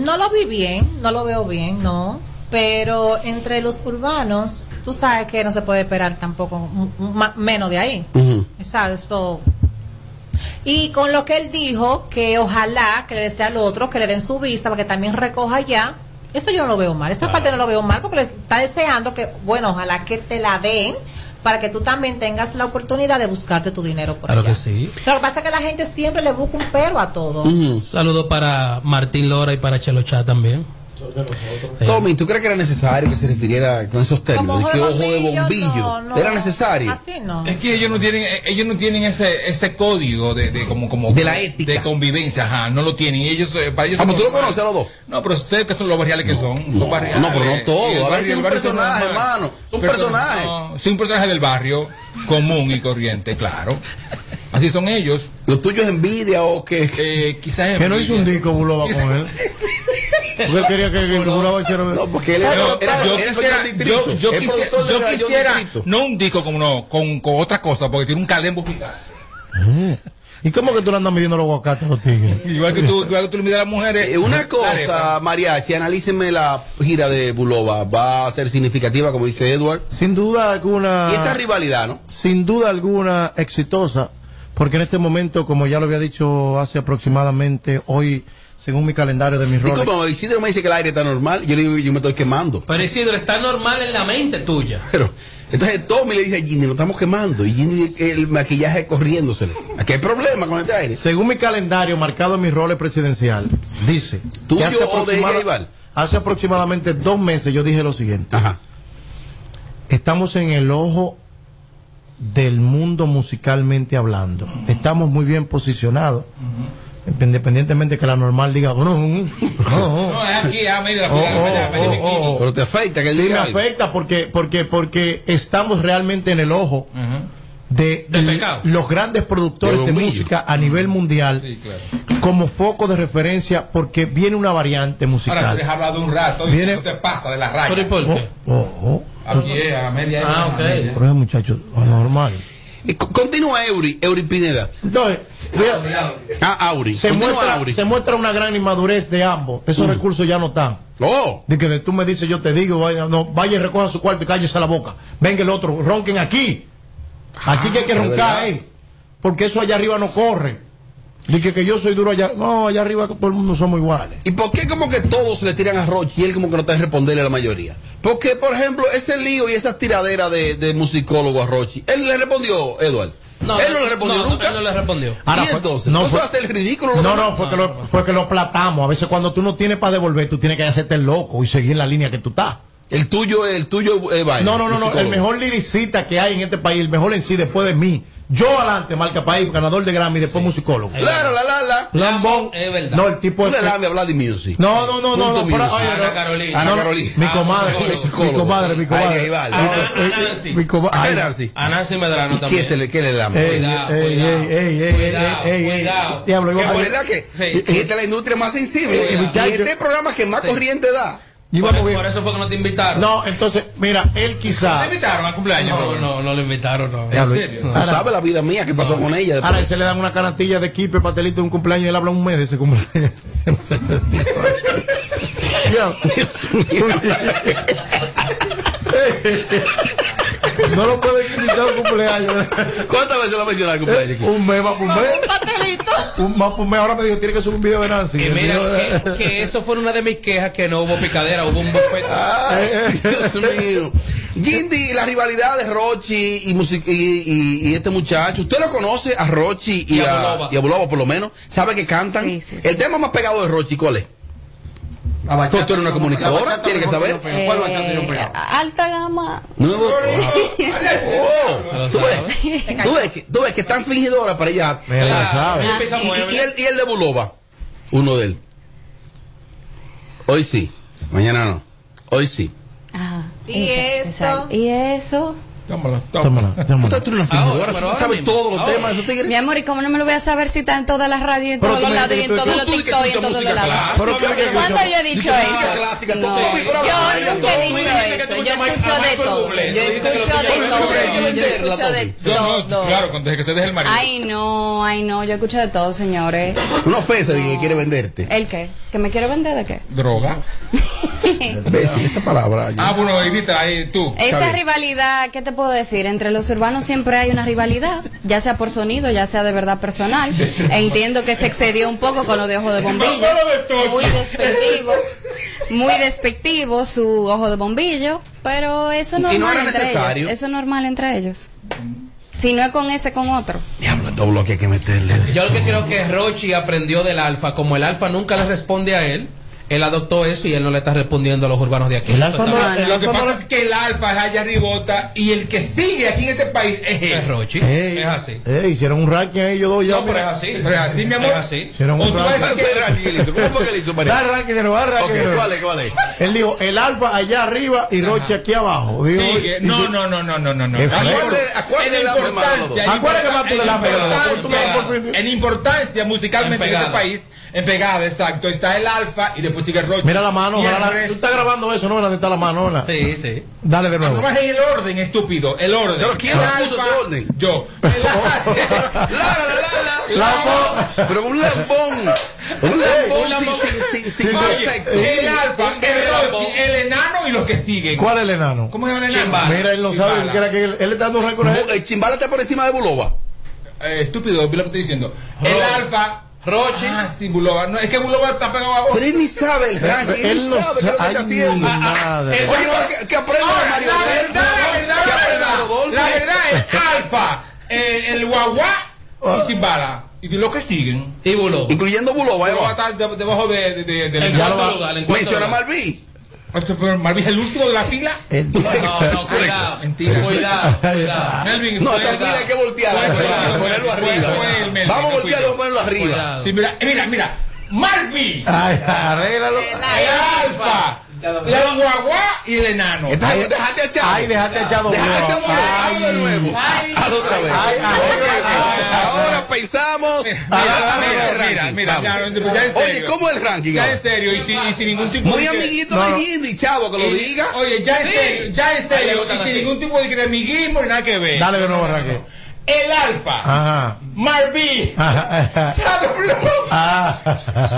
Speaker 12: No lo vi bien, no lo veo bien, no. Pero entre los urbanos, tú sabes que no se puede esperar tampoco m- m- menos de ahí. ¿sabes? So, y con lo que él dijo, que ojalá que le desee al otro, que le den su visa para que también recoja ya, eso yo no lo veo mal. Esa parte no lo veo mal porque le está deseando que, bueno, ojalá que te la den para que tú también tengas la oportunidad de buscarte tu dinero por
Speaker 11: Claro
Speaker 12: allá.
Speaker 11: que sí.
Speaker 12: Lo que pasa es que la gente siempre le busca un pero a todo.
Speaker 11: Un saludo para Martín Lora y para Chelo Chá también. Eh.
Speaker 7: Tommy, ¿tú crees que era necesario que se refiriera con esos términos?
Speaker 12: Como
Speaker 7: de que
Speaker 12: ojo
Speaker 7: ojo
Speaker 12: de
Speaker 7: de
Speaker 12: bombillo,
Speaker 7: bombillo.
Speaker 12: no, no.
Speaker 7: ¿Era necesario?
Speaker 12: Así no.
Speaker 15: Es que ellos no tienen, eh, ellos no tienen ese, ese código de, de como, como de la ética de convivencia, ajá, no lo tienen. Y ellos eh, para ellos.
Speaker 7: Ah,
Speaker 15: son
Speaker 7: pues tú lo
Speaker 15: normales.
Speaker 7: conoces a los dos.
Speaker 15: No, pero sé que son los barriales que son, son barriales.
Speaker 7: no, pero no todos.
Speaker 15: Y el
Speaker 7: A veces es un
Speaker 15: el son
Speaker 7: personaje,
Speaker 15: normales.
Speaker 7: hermano, un
Speaker 15: Pero-
Speaker 7: personaje.
Speaker 15: no, sí, un personaje del barrio común y corriente, claro. Así son ellos. Eh,
Speaker 7: ¿Lo tuyo es envidia o qué?
Speaker 15: quizás
Speaker 10: Que no hizo un disco Buloba con él. Porque él quería que, que Buloba hiciera.
Speaker 7: No,
Speaker 15: Yo- yo quisiera- yo- yo quisiera- yo quisiera- no un disco como no, con, con otra cosa, porque tiene un calembo gigante.
Speaker 10: ¿Y cómo que tú le andas midiendo los aguacates a los tigres?
Speaker 15: Igual que tú, igual que tú le mides a las mujeres.
Speaker 7: Eh, una
Speaker 15: Arepa.
Speaker 7: cosa, Mariachi, analícenme la gira de Bulova. Va a ser significativa, como dice Edward.
Speaker 10: Sin duda alguna.
Speaker 7: Y esta rivalidad, ¿no?
Speaker 10: Sin duda alguna exitosa, porque en este momento, como ya lo había dicho hace aproximadamente hoy, según mi calendario de mis roles.
Speaker 7: Disculpa, Isidro me dice que el aire está normal. Yo le digo, yo me estoy quemando.
Speaker 11: Pero Isidro, está normal en la mente tuya.
Speaker 7: Pero, entonces Tommy le dice a Ginny, lo estamos quemando. Y Ginny, el maquillaje corriéndosele. Aquí hay problema con este aire.
Speaker 10: Según mi calendario marcado en mis roles presidencial, dice.
Speaker 7: ¿Tuyo
Speaker 10: que hace
Speaker 7: o de
Speaker 10: aproxima-
Speaker 7: ella, Ival?
Speaker 10: Hace aproximadamente dos meses yo dije lo siguiente. Estamos en el ojo del mundo musicalmente hablando. Estamos muy bien posicionados. Independientemente que la normal diga, no, no, no.
Speaker 15: No, es aquí, ah, medio de la
Speaker 10: Oh,
Speaker 15: piedra, allá, medio de bikini.
Speaker 7: Pero te afecta que él
Speaker 10: Sí,
Speaker 7: diga
Speaker 10: me
Speaker 7: algo.
Speaker 10: afecta porque, porque, porque estamos realmente en el ojo de l- los grandes productores de música a nivel mundial como foco de referencia porque viene una variante
Speaker 15: Ahora tú les
Speaker 10: musical.
Speaker 15: hablas de un rato,
Speaker 10: Viene-
Speaker 15: y no te pasa de la raya.
Speaker 10: Oh,
Speaker 15: Aquí es, a media
Speaker 10: Ah,
Speaker 15: a media.
Speaker 10: Pero ese muchacho, anormal.
Speaker 7: Y co- continúa Eury, Eury Pineda.
Speaker 10: Entonces, vea,
Speaker 7: Ah, Auri.
Speaker 10: se
Speaker 7: Continúa, Mm.
Speaker 10: muestra,
Speaker 7: Auri.
Speaker 10: se muestra una gran inmadurez de ambos. Esos recursos ya no están.
Speaker 7: Oh.
Speaker 10: De que de tú me dices, yo te digo, vaya, no, vaya y recoja su cuarto y cállese la boca. Venga el otro, ronquen aquí. Aquí que hay que
Speaker 7: Ah, de
Speaker 10: roncar,
Speaker 7: verdad.
Speaker 10: eh. Porque eso allá arriba no corre. Dice que, yo soy duro allá. No, allá arriba todo el mundo somos iguales.
Speaker 7: ¿Y por qué como que todos le tiran a Roche y él como que no está responderle a la mayoría? Porque, por ejemplo, ese lío y esas tiraderas de, de musicólogo a Roche, él le respondió, Eduardo. él no le respondió nunca. Eh,
Speaker 11: él no le respondió.
Speaker 7: y entonces, no fue hacer el ridículo. los
Speaker 10: pues, No,
Speaker 7: demás? Ah,
Speaker 10: no, fue que, lo, fue que lo platamos. A veces cuando tú no tienes para devolver, tú tienes que hacerte el loco y seguir la línea que tú estás.
Speaker 7: El tuyo, el tuyo, eh, Baile,
Speaker 10: No, no, no, no.
Speaker 7: musicólogo.
Speaker 10: El mejor liricista que hay en este país, el mejor en sí después de mí. Yo adelante, marca país, ganador de Grammy, después musicólogo.
Speaker 11: Eh,
Speaker 7: Claro, la, la, la.
Speaker 10: Lambón.
Speaker 7: Es verdad.
Speaker 10: No, el tipo
Speaker 7: Tú le
Speaker 10: es-
Speaker 7: lames a Vladimir Music.
Speaker 10: Pues, eh, No, no, no, no,
Speaker 7: Punto
Speaker 10: no, pero-
Speaker 7: Music.
Speaker 10: oye, no.
Speaker 7: Ana
Speaker 10: No, no,
Speaker 7: Carolina. Ah,
Speaker 10: Mi comadre, mi comadre, mi comadre.
Speaker 7: Ay, Ival.
Speaker 10: Mi- mi- mi comadre.
Speaker 7: Ah,
Speaker 10: Ay,
Speaker 7: Nancy.
Speaker 11: A Nancy Medrano
Speaker 7: ¿Y
Speaker 11: también.
Speaker 7: ¿Qué, se le, qué le lame?
Speaker 10: Ey, ey, ey, ey, ey, ey, ey, ey. Diablo,
Speaker 7: Es
Speaker 10: iba a-
Speaker 7: verdad que
Speaker 10: Sí. Eh,
Speaker 7: que esta es la industria más sensible. Y
Speaker 10: Cuidado.
Speaker 7: este es el programa que más
Speaker 10: Sí.
Speaker 7: corriente da.
Speaker 10: Íbamos
Speaker 11: por,
Speaker 10: bien.
Speaker 11: por eso fue que no te invitaron.
Speaker 10: No, entonces, mira, él quizá.
Speaker 15: invitaron al cumpleaños?
Speaker 11: No, no, no lo invitaron, no.
Speaker 10: Ya, Luis, tú sabes
Speaker 7: la vida mía que pasó con ella.
Speaker 10: Ahora se le dan una carantilla de equipo, pastelito de un cumpleaños y él habla un mes de ese cumpleaños. Dios mío. No lo puede quitar un cumpleaños.
Speaker 7: ¿Cuántas veces lo mencionado el cumpleaños?
Speaker 10: Un mes, más por un mes. Un pastelito. Un más por un mes. Ahora me dijo, tiene que subir un video de Nancy.
Speaker 11: Que
Speaker 10: El
Speaker 11: mira,
Speaker 10: video de-
Speaker 11: que, que eso fue una de mis quejas, que no hubo picadera, hubo un buffet.
Speaker 7: Dios mío. Jindy, la rivalidad de Rochi y, music- y, y- y este muchacho. ¿Usted lo conoce a Rochi y,
Speaker 11: Y a
Speaker 7: a,
Speaker 11: Buloba.
Speaker 7: y a Buloba, por lo menos? ¿Sabe que cantan?
Speaker 10: Sí, sí, sí.
Speaker 7: El tema más pegado de Rochi, ¿cuál es? Tú, tú eres una
Speaker 10: La
Speaker 7: comunicadora,
Speaker 10: bachata
Speaker 7: tienes que
Speaker 10: mejor
Speaker 7: saber.
Speaker 10: que yo pego. ¿Cuál bachata yo
Speaker 13: Eh, alta gama.
Speaker 7: Nuevo. Oh, ¿tú, ves, tú ves que, tú ves que están fingidoras para allá.
Speaker 10: sabe.
Speaker 7: Y, y- y el, y el de Buloba, uno de él. Hoy sí, mañana no. Hoy sí.
Speaker 13: Ajá,
Speaker 12: Y
Speaker 13: esa, esa. Y eso.
Speaker 10: Tómala, tómala. Tómala.
Speaker 7: Tú eres una fingidora, tú sabes todos los temas. eso te-
Speaker 13: Mi amor, ¿y cómo no me lo voy a saber si está en todas las radios, y en
Speaker 7: Pero
Speaker 13: todos
Speaker 7: tú
Speaker 13: los
Speaker 7: me-
Speaker 13: lados, y en
Speaker 7: pero
Speaker 13: todos los
Speaker 7: tú dices que
Speaker 13: TikTok, y en
Speaker 7: escuchas
Speaker 13: todos los
Speaker 7: música
Speaker 13: lados?
Speaker 7: clásica. Pero que-
Speaker 13: ¿Cuándo yo he dicho
Speaker 7: Dice música
Speaker 13: eso?
Speaker 7: clásica, tú-
Speaker 13: No.
Speaker 7: tú- tú- pero habla
Speaker 13: Yo nunca he
Speaker 7: de
Speaker 13: dicho
Speaker 7: ella,
Speaker 13: eso. Yo escucho de todo. Yo escucho de todo. Yo escucho de
Speaker 15: No, no,
Speaker 13: todo.
Speaker 15: claro, desde que se deje el marido.
Speaker 13: Ay, no, ay, no. Yo escucho de todo, señores.
Speaker 7: Una ofensa de que quiere venderte.
Speaker 13: ¿El qué? ¿Que me quiero vender de qué?
Speaker 15: Droga.
Speaker 7: ¿Ves? Esa palabra.
Speaker 15: Ah, bueno, edita, ahí tú.
Speaker 13: Esa rivalidad, ¿qué te puedo decir? Entre los urbanos siempre hay una rivalidad, ya sea por sonido, ya sea de verdad personal. Entiendo que se excedió un poco con lo de ojo de bombillo. Muy despectivo. Muy despectivo su ojo de bombillo, pero eso es
Speaker 7: Y
Speaker 13: normal
Speaker 7: no era
Speaker 13: entre
Speaker 7: necesario.
Speaker 13: ellos. Eso es normal entre ellos. Si no es con ese, con otro.
Speaker 7: Dos bloques hay que meterle.
Speaker 11: Yo lo que creo que Rochi aprendió del Alfa, como el Alfa nunca le responde a él, él adoptó eso y él no le está respondiendo a los urbanos de aquí.
Speaker 10: El
Speaker 11: Eso
Speaker 10: Alfa
Speaker 11: está
Speaker 10: no-
Speaker 11: mal.
Speaker 10: el
Speaker 15: Lo que pasa es que el alfa es allá ribota y el que sigue aquí en este país es él.
Speaker 11: Es Rochi.
Speaker 10: Ey,
Speaker 11: Es así.
Speaker 10: ey, hicieron un ranking ahí ellos dos ya.
Speaker 11: No, pero es
Speaker 10: mira.
Speaker 11: así.
Speaker 15: Pero es así, mi amor.
Speaker 11: Es así.
Speaker 10: Hicieron un ranking.
Speaker 7: ¿Cómo fue que le hizo, María?
Speaker 10: Da el ranking de nuevo, da el ranking
Speaker 7: Ok,
Speaker 10: de nuevo.
Speaker 7: ¿cuál es, cuál es?
Speaker 10: Él dijo, el alfa allá arriba y Roche aquí abajo. Dijo,
Speaker 15: Sigue. No, no, no, no, no, no. no.
Speaker 10: Qué
Speaker 15: Acuérdate-
Speaker 10: feo.
Speaker 15: acuérdate
Speaker 10: En
Speaker 15: la
Speaker 10: importancia,
Speaker 15: importancia,
Speaker 10: en Acuérdate que más tú le la
Speaker 15: en
Speaker 10: pegada.
Speaker 15: importancia,
Speaker 10: Tú me la por fin.
Speaker 15: En importancia musicalmente
Speaker 10: En
Speaker 15: en este
Speaker 10: pegada.
Speaker 15: país, en pegada, exacto. Está el alfa y después sigue el Rochi.
Speaker 10: Mira la mano,
Speaker 15: Y el
Speaker 10: ojalá la-
Speaker 15: resto-
Speaker 10: tú estás grabando eso, ¿no? ¿Dónde está la mano? hola?
Speaker 11: Sí, sí.
Speaker 10: Dale de nuevo.
Speaker 15: No es el orden, estúpido. El orden.
Speaker 10: Pero ¿quién
Speaker 15: El
Speaker 10: puso
Speaker 15: alfa,
Speaker 10: ese
Speaker 15: Yo.
Speaker 7: Pero un lambón. Un lambón sin- sin- sin- sin concepto.
Speaker 15: El alfa, el Rochi, el enano y los que siguen.
Speaker 10: ¿Cuál es el enano?
Speaker 15: ¿Cómo se llama el enano? Chimbala.
Speaker 10: Mira, él no sabe ni siquiera que él, él está dando un récord a él.
Speaker 7: Bu- eh, Chimbala está por encima de Buloba.
Speaker 15: Eh, estúpido, vi lo que estoy diciendo. El alfa. Roche. Ah, sí, Buloba. No, es que Buloba está pegado abajo.
Speaker 7: Pero él ni sabe el ranking, él,
Speaker 10: Él
Speaker 7: ni
Speaker 10: no
Speaker 7: sabe qué es
Speaker 10: sabe.
Speaker 7: lo que está
Speaker 10: Ay,
Speaker 7: haciendo.
Speaker 10: mi
Speaker 15: Ah,
Speaker 10: madre.
Speaker 7: Oye, pero que, que aprenda
Speaker 15: Ahora,
Speaker 7: de Mario.
Speaker 15: la
Speaker 7: López.
Speaker 15: verdad, la verdad,
Speaker 7: Que
Speaker 15: la
Speaker 7: aprenda
Speaker 15: verdad.
Speaker 7: Rodolfo.
Speaker 15: La verdad es Alfa, eh, el Guaguá y Chimbala. Y de los que siguen.
Speaker 11: Y Buloba.
Speaker 7: Oh. Incluyendo Buloba. ahí
Speaker 15: Buloba
Speaker 7: va.
Speaker 15: está de- debajo de, de, de, del-
Speaker 11: En
Speaker 15: Ya
Speaker 11: cuarto
Speaker 15: lo va-
Speaker 11: lugar, en cuarto
Speaker 15: Menciona
Speaker 11: lugar.
Speaker 7: Malví.
Speaker 15: Esto, pero Malví es el último de la fila.
Speaker 7: Eh,
Speaker 11: No, no, cuidado.
Speaker 15: Mentira.
Speaker 11: Cuidado, cuidado.
Speaker 15: Melvin,
Speaker 7: No,
Speaker 15: fue
Speaker 7: esa
Speaker 15: el-
Speaker 7: fila hay que voltearla,
Speaker 15: fue el-
Speaker 7: claro,
Speaker 15: fue el-
Speaker 7: ponerlo
Speaker 15: fue-
Speaker 7: arriba.
Speaker 15: fue el Melvin,
Speaker 7: Vamos a
Speaker 15: no fui
Speaker 7: voltearlo,
Speaker 15: yo.
Speaker 7: ponerlo arriba. Cuidado.
Speaker 15: Sí, mira, eh, mira, mira. Malví.
Speaker 10: Ay, arréglalo.
Speaker 15: El alfa, el guaguá y el enano.
Speaker 7: Esta- Ay, déjate a Chavo.
Speaker 10: Ay, déjate a Chavo.
Speaker 7: Déjate a
Speaker 10: Buloba.
Speaker 7: Chavo, hazlo de nuevo.
Speaker 15: eh.
Speaker 7: Hazlo otra vez. Ok, Ahora pensamos.
Speaker 15: Mira, mira,
Speaker 7: Mira,
Speaker 15: mira,
Speaker 7: ranking,
Speaker 15: mira,
Speaker 7: vamos.
Speaker 15: ya, ya en serio.
Speaker 7: Oye, ¿cómo es el ranking?
Speaker 15: Ya
Speaker 7: ahora?
Speaker 15: en serio, y sin, y sin ningún tipo
Speaker 7: Muy
Speaker 15: de... que-
Speaker 7: amiguito de Gindi, chavo, que lo
Speaker 15: Y-
Speaker 7: diga.
Speaker 15: Oye, ya en
Speaker 7: Sí.
Speaker 15: serio, ya en
Speaker 7: Ay, le
Speaker 15: serio,
Speaker 7: gustan
Speaker 15: y sin
Speaker 7: así.
Speaker 15: ningún tipo de amiguismo y nada que ver.
Speaker 10: Dale de nuevo, Raquel.
Speaker 15: El
Speaker 7: Ah.
Speaker 15: alfa,
Speaker 10: Ajá.
Speaker 15: Marví,
Speaker 10: Ajá.
Speaker 15: Chavo Blue,
Speaker 10: Ajá.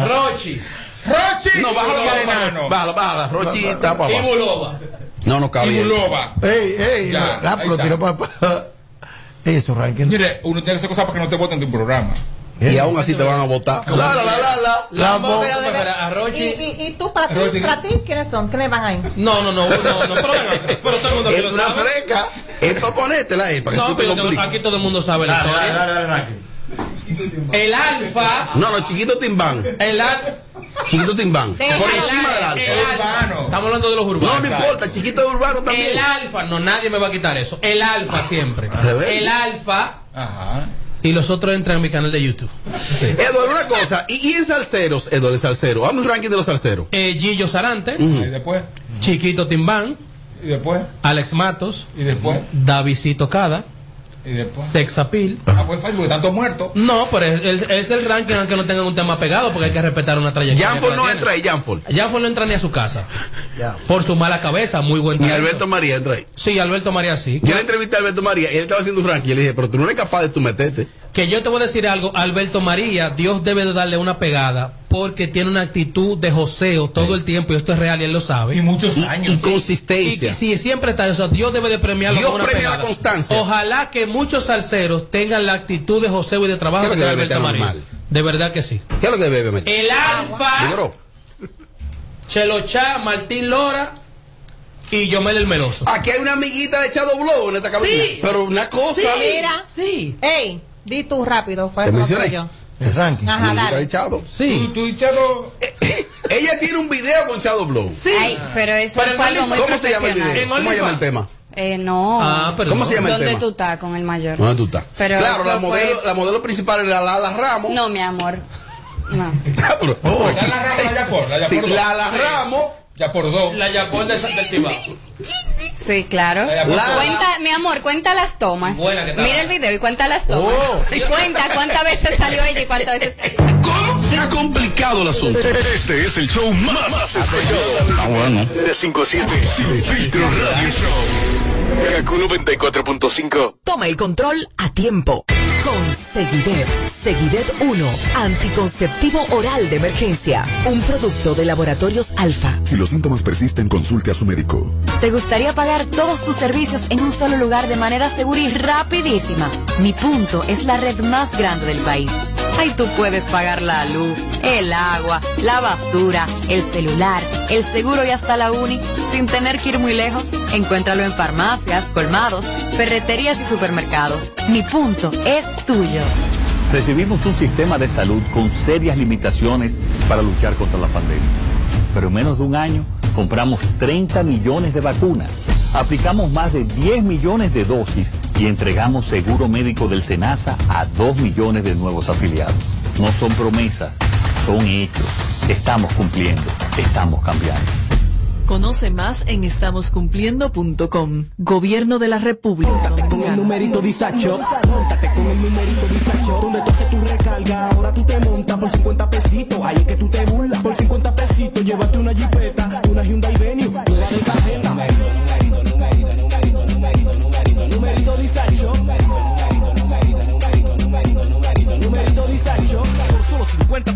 Speaker 11: Rochi.
Speaker 15: Rochi
Speaker 7: Ah. No, bájalo,
Speaker 15: y
Speaker 7: bájalo,
Speaker 15: el
Speaker 7: bájalo.
Speaker 15: enano.
Speaker 7: Bájalo, bájalo. Rochi está para
Speaker 11: Y
Speaker 7: abajo.
Speaker 11: Buloba.
Speaker 7: No, no
Speaker 15: Y
Speaker 7: cabe. ahí.
Speaker 15: Buloba.
Speaker 10: Ey, ey,
Speaker 15: Ya,
Speaker 10: rap
Speaker 15: ahí
Speaker 10: lo
Speaker 15: está.
Speaker 10: tiró para. Eso, ranking.
Speaker 15: Mire, uno tiene que hacer cosas para que no te voten de un programa.
Speaker 7: Y aún así te van a votar. La, la, la, la, la.
Speaker 10: Lambo.
Speaker 12: Pero de ver-
Speaker 11: A Rochi.
Speaker 12: y, y, y tú, para ti,
Speaker 11: Rochi.
Speaker 12: para ti, ¿quiénes son? ¿Quiénes van ahí?
Speaker 11: No, no, no, no, no, pero venga, pero todo el mundo aquí lo
Speaker 7: Es una
Speaker 11: sabe.
Speaker 7: freca. Es para ponértela ahí, para que
Speaker 11: No,
Speaker 7: tú te
Speaker 11: pero
Speaker 7: compliques.
Speaker 11: aquí todo el mundo sabe la historia. El Alfa,
Speaker 7: No, no, chiquito timbán.
Speaker 11: el Alfa,
Speaker 7: Chiquito timbán. Por
Speaker 11: Déjala,
Speaker 7: encima del alfa.
Speaker 11: el Alfa. Estamos hablando de los
Speaker 7: No,
Speaker 11: urbanos.
Speaker 7: no importa, chiquito es urbano también.
Speaker 11: El Alfa, no, nadie me va a quitar eso. El Alfa siempre.
Speaker 7: Rebelde.
Speaker 11: El Alfa. Y los otros entran en mi canal de YouTube.
Speaker 7: Eduardo, una cosa. ¿Y, y en salseros, Eduardo, en salseros? Vamos al ranking de los salseros.
Speaker 11: Eh, Gillo Sarante,
Speaker 15: Y después,
Speaker 11: Chiquito Timbán,
Speaker 15: y después,
Speaker 11: Alex Matos,
Speaker 15: y después.
Speaker 11: Davidito Cada, Sexapil.
Speaker 15: Ah, pues fácil, porque tanto muerto.
Speaker 11: No, pero es, es- es el ranking aunque no tengan un tema pegado porque hay que respetar una trayectoria.
Speaker 7: Janford
Speaker 11: que
Speaker 7: no
Speaker 11: tienen.
Speaker 7: entra ahí, Janford.
Speaker 11: Janford no entra ni a su casa. Por su mala cabeza, muy buen
Speaker 7: Ni
Speaker 11: talento.
Speaker 7: Alberto María entra ahí.
Speaker 11: Sí, Alberto María sí.
Speaker 7: Yo le entrevisté a Alberto María y él estaba haciendo un ranking. Y le dije, pero tú no eres capaz de tu meterte.
Speaker 11: Que yo te voy a decir algo, Alberto María, Dios debe de darle una pegada porque tiene una actitud de joseo todo el tiempo y esto es real y él lo sabe. Y muchos años. Y
Speaker 7: consistencia.
Speaker 11: Y, sí, siempre está eso. Dios debe de premiarlo
Speaker 7: Dios
Speaker 11: con una
Speaker 7: premia la
Speaker 11: pegada.
Speaker 7: constancia.
Speaker 11: Ojalá que muchos salseros tengan la actitud de joseo y de trabajo
Speaker 7: ¿Qué es lo
Speaker 11: que
Speaker 7: que
Speaker 11: tiene
Speaker 7: bebe
Speaker 11: Alberto
Speaker 7: tan
Speaker 11: María.
Speaker 7: normal?
Speaker 11: De verdad que sí. Eh,
Speaker 7: ¿Qué es lo que bebe, María?
Speaker 11: El Alfa. Chelochá, Martín Lora y Yomel el Meloso.
Speaker 7: Aquí hay una amiguita de Chado Blow en esta cabina.
Speaker 12: Sí.
Speaker 7: Pero una cosa.
Speaker 12: Sí, mira. Sí. Ey, di tú rápido. ¿Cuál
Speaker 7: ¿Te
Speaker 12: es el
Speaker 7: mencioné?
Speaker 12: tuyo?
Speaker 10: El ranking.
Speaker 12: Ajá,
Speaker 7: Amiguita
Speaker 12: dale.
Speaker 7: de Chado. Eh,
Speaker 11: Sí.
Speaker 7: Ella tiene un video con Chado Blow.
Speaker 13: Sí. Ay, pero eso
Speaker 7: Pero en
Speaker 13: fue algo muy
Speaker 7: OnlyFans- ¿Cómo se llama el video?
Speaker 13: profesional.
Speaker 7: ¿Cómo se llama el tema?
Speaker 13: Eh, no.
Speaker 7: Ah, pero ¿Cómo no. se llama el
Speaker 13: ¿Dónde
Speaker 7: tema?
Speaker 13: tú estás con el mayor?
Speaker 7: ¿Dónde tú estás?
Speaker 13: Pero
Speaker 7: claro,
Speaker 13: eso
Speaker 7: la modelo,
Speaker 13: fue-
Speaker 7: la modelo principal era Lala Ramos.
Speaker 13: No, mi amor. No.
Speaker 15: la
Speaker 7: Sí,
Speaker 15: Yapor dos.
Speaker 7: Lala Ramos.
Speaker 15: Ya por dos.
Speaker 11: La Yapor de San Cibao.
Speaker 13: Sí, claro.
Speaker 15: La-
Speaker 13: Cuenta, mi amor, cuenta las tomas.
Speaker 15: Buena que estaba.
Speaker 13: Mira el video y cuenta las tomas.
Speaker 7: Oh.
Speaker 13: Y cuenta cuántas veces salió ella y cuántas veces
Speaker 7: ¿Cómo? Se ha complicado el asunto.
Speaker 14: Este es el show más, más escuchado.
Speaker 7: Ah, bueno.
Speaker 14: De 5 a 7. Sin filtro radio show. Kaku 94.5.
Speaker 3: Toma el control a tiempo. Con Seguidet. Seguidet 1. Anticonceptivo oral de emergencia. Un producto de laboratorios alfa.
Speaker 9: Si los síntomas persisten, consulte a su médico.
Speaker 5: ¿Te gustaría pagar todos tus servicios en un solo lugar de manera segura y rapidísima? Mi punto es la red más grande del país. Ahí tú puedes pagar la luz, el agua, la basura, el celular, el seguro y hasta la uni sin tener que ir muy lejos. Encuéntralo en farmacias, colmados, ferreterías y supermercados. Mi punto es tuyo.
Speaker 2: Recibimos un sistema de salud con serias limitaciones para luchar contra la pandemia. Pero en menos de un año compramos 30 millones de vacunas, aplicamos más de 10 millones de dosis y entregamos seguro médico del SENASA a 2 millones de nuevos afiliados. No son promesas, son hechos. Estamos cumpliendo, estamos cambiando.
Speaker 1: Conoce más en estamoscumpliendo.com. Gobierno de la República.
Speaker 4: Con el numerito disacho, montate con el numerito disacho. Donde tú haces tu recarga, ahora tú te montas por 50 pesitos. Ahí es que tú te burlas por 50 pesitos. Llévate una jipeta, una Hyundai Venue, una de cajeta. Numerito disacho, numerito disacho. Por solo 50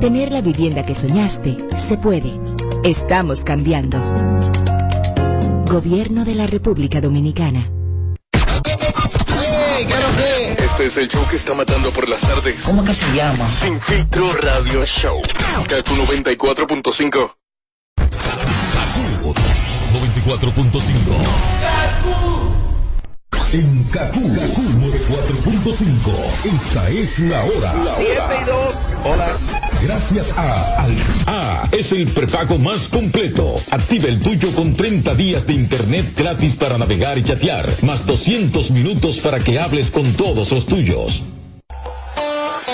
Speaker 22: Tener la vivienda que soñaste se puede. Estamos cambiando. Gobierno de la República Dominicana.
Speaker 14: Este es el show que está matando por las tardes. ¿Cómo que se llama? Sin filtro radio show. Kaku 94.5.
Speaker 16: 94.5. En Kaku, Kaku 94.5. Esta es la hora.
Speaker 7: 7 y 2. Hola.
Speaker 16: Gracias a Alfa. A es el prepago más completo. Activa el tuyo con 30 días de internet gratis para navegar y chatear, más 200 minutos para que hables con todos los tuyos.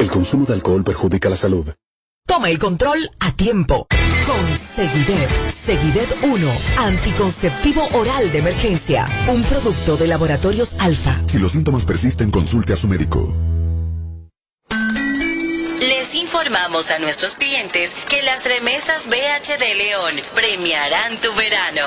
Speaker 9: El consumo de alcohol perjudica la salud.
Speaker 3: Toma el control a tiempo. Con Seguidet, Seguidet 1, anticonceptivo oral de emergencia, un producto de laboratorios alfa.
Speaker 9: Si los síntomas persisten, consulte a su médico.
Speaker 5: Les informamos a nuestros clientes que las remesas BH de León premiarán tu verano.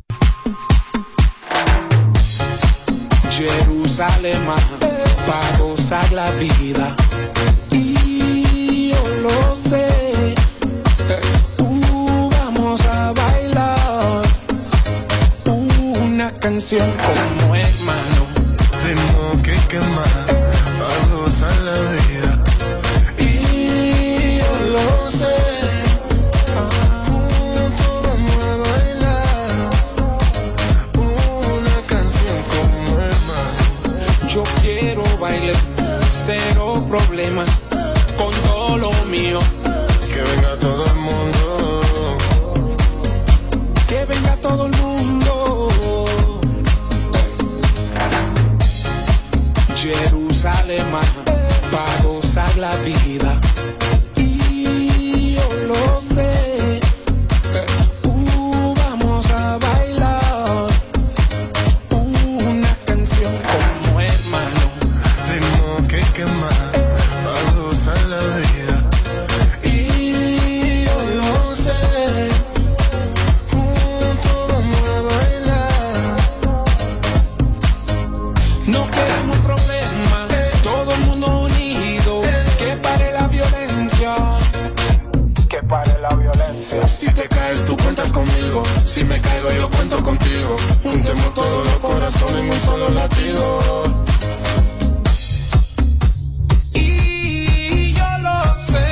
Speaker 23: Jerusalén para gozar la vida. Y yo lo sé, tú vamos a bailar una canción como hermano.
Speaker 29: Tengo que quemar para gozar la vida.
Speaker 23: Y yo lo sé, ah,
Speaker 29: Juntos vamos a bailar una canción como hermano.
Speaker 23: yo quiero bailar, cero problema, con todo lo mío.
Speaker 29: Que venga todo el mundo.
Speaker 23: que venga todo el mundo. Jerusalén para gozar la vida. Y yo lo sé, eh, tú vamos a bailar una canción como hermano.
Speaker 29: Tengo que quemar para gozar la vida.
Speaker 23: Y yo lo sé.
Speaker 29: Juntos vamos a bailar.
Speaker 23: No queremos problemas, todo el mundo unido, que pare la violencia. Que pare la violencia. Si te caes, tú cuentas conmigo. Si me caigo, yo cuento contigo. Juntemos todos los corazones en un solo latido. Y yo lo sé.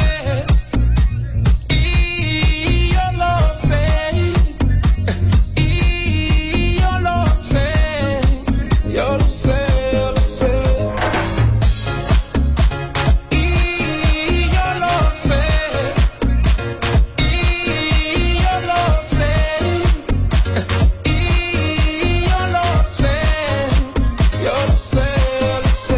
Speaker 23: Y yo lo sé. Y yo lo sé. Yo lo sé, yo lo sé. Y yo lo sé. Y yo lo sé. Y yo lo sé. Yo lo sé, yo lo sé. Eh,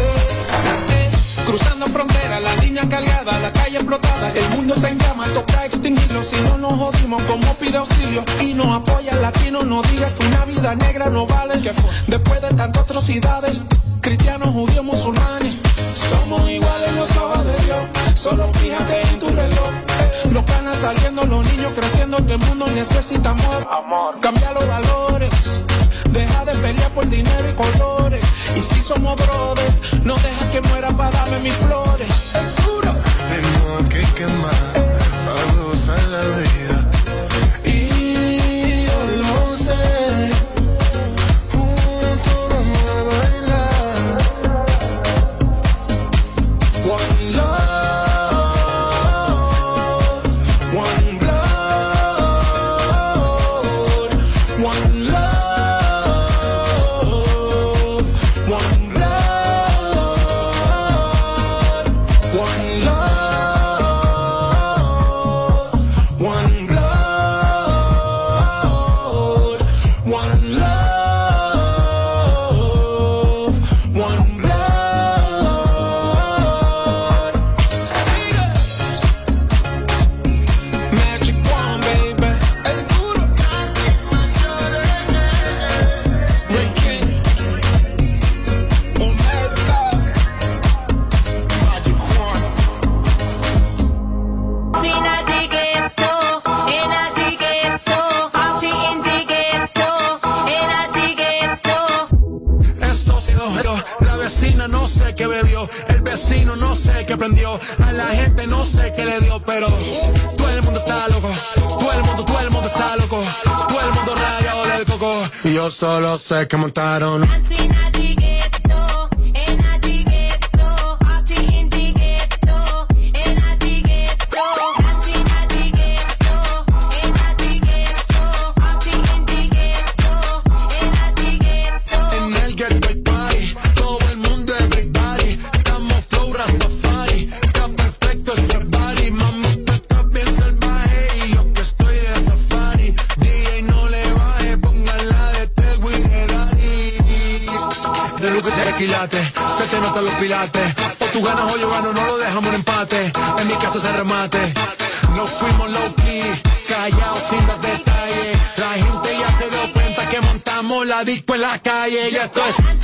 Speaker 23: Cruzando frontera, la línea cargada, la calle explotada, el mundo está en llamas, toca extinguirlo, si no nos jodimos como pide auxilio y nos apoya el latino, no diga que una vida negra no vale, que fue después de tantas atrocidades, cristianos, judíos, musulmanes, somos iguales en los ojos de Dios, solo fíjate en tu reloj, eh, los panas saliendo, los niños creciendo, que el mundo necesita amor, amor. cambia los valores. Deja de pelear por dinero y colores. Y si somos brothers, no deja que muera para darme mis flores. Es duro.
Speaker 29: Tengo que quemar para gozar la vida.
Speaker 23: Y yo lo sé.
Speaker 29: Juntos vamos a bailar.
Speaker 23: One love, one blood, one love, one blood, vecina no sé qué bebió, el vecino no sé qué prendió, a la gente no sé qué le dio, pero todo el mundo está loco, todo el mundo, todo el mundo está loco, todo el mundo rayado del coco. Y yo solo sé que montaron. En el ghetto hay party, todo el mundo everybody. Estamos flow Rastafari, está perfecto ese body. Mami, tú estás bien salvaje y yo que estoy de safari. DJ no le baje, póngala de tres y de Daddy. De lo que te quilate, se te notan los pilates. O tú ganas o yo gano, no lo dejamos un empate. En mi casa se remate. Nos fuimos low key, callados sin dar detalles. La gente ya se dio cuenta que montamos la disco en la calle. Ya esto es.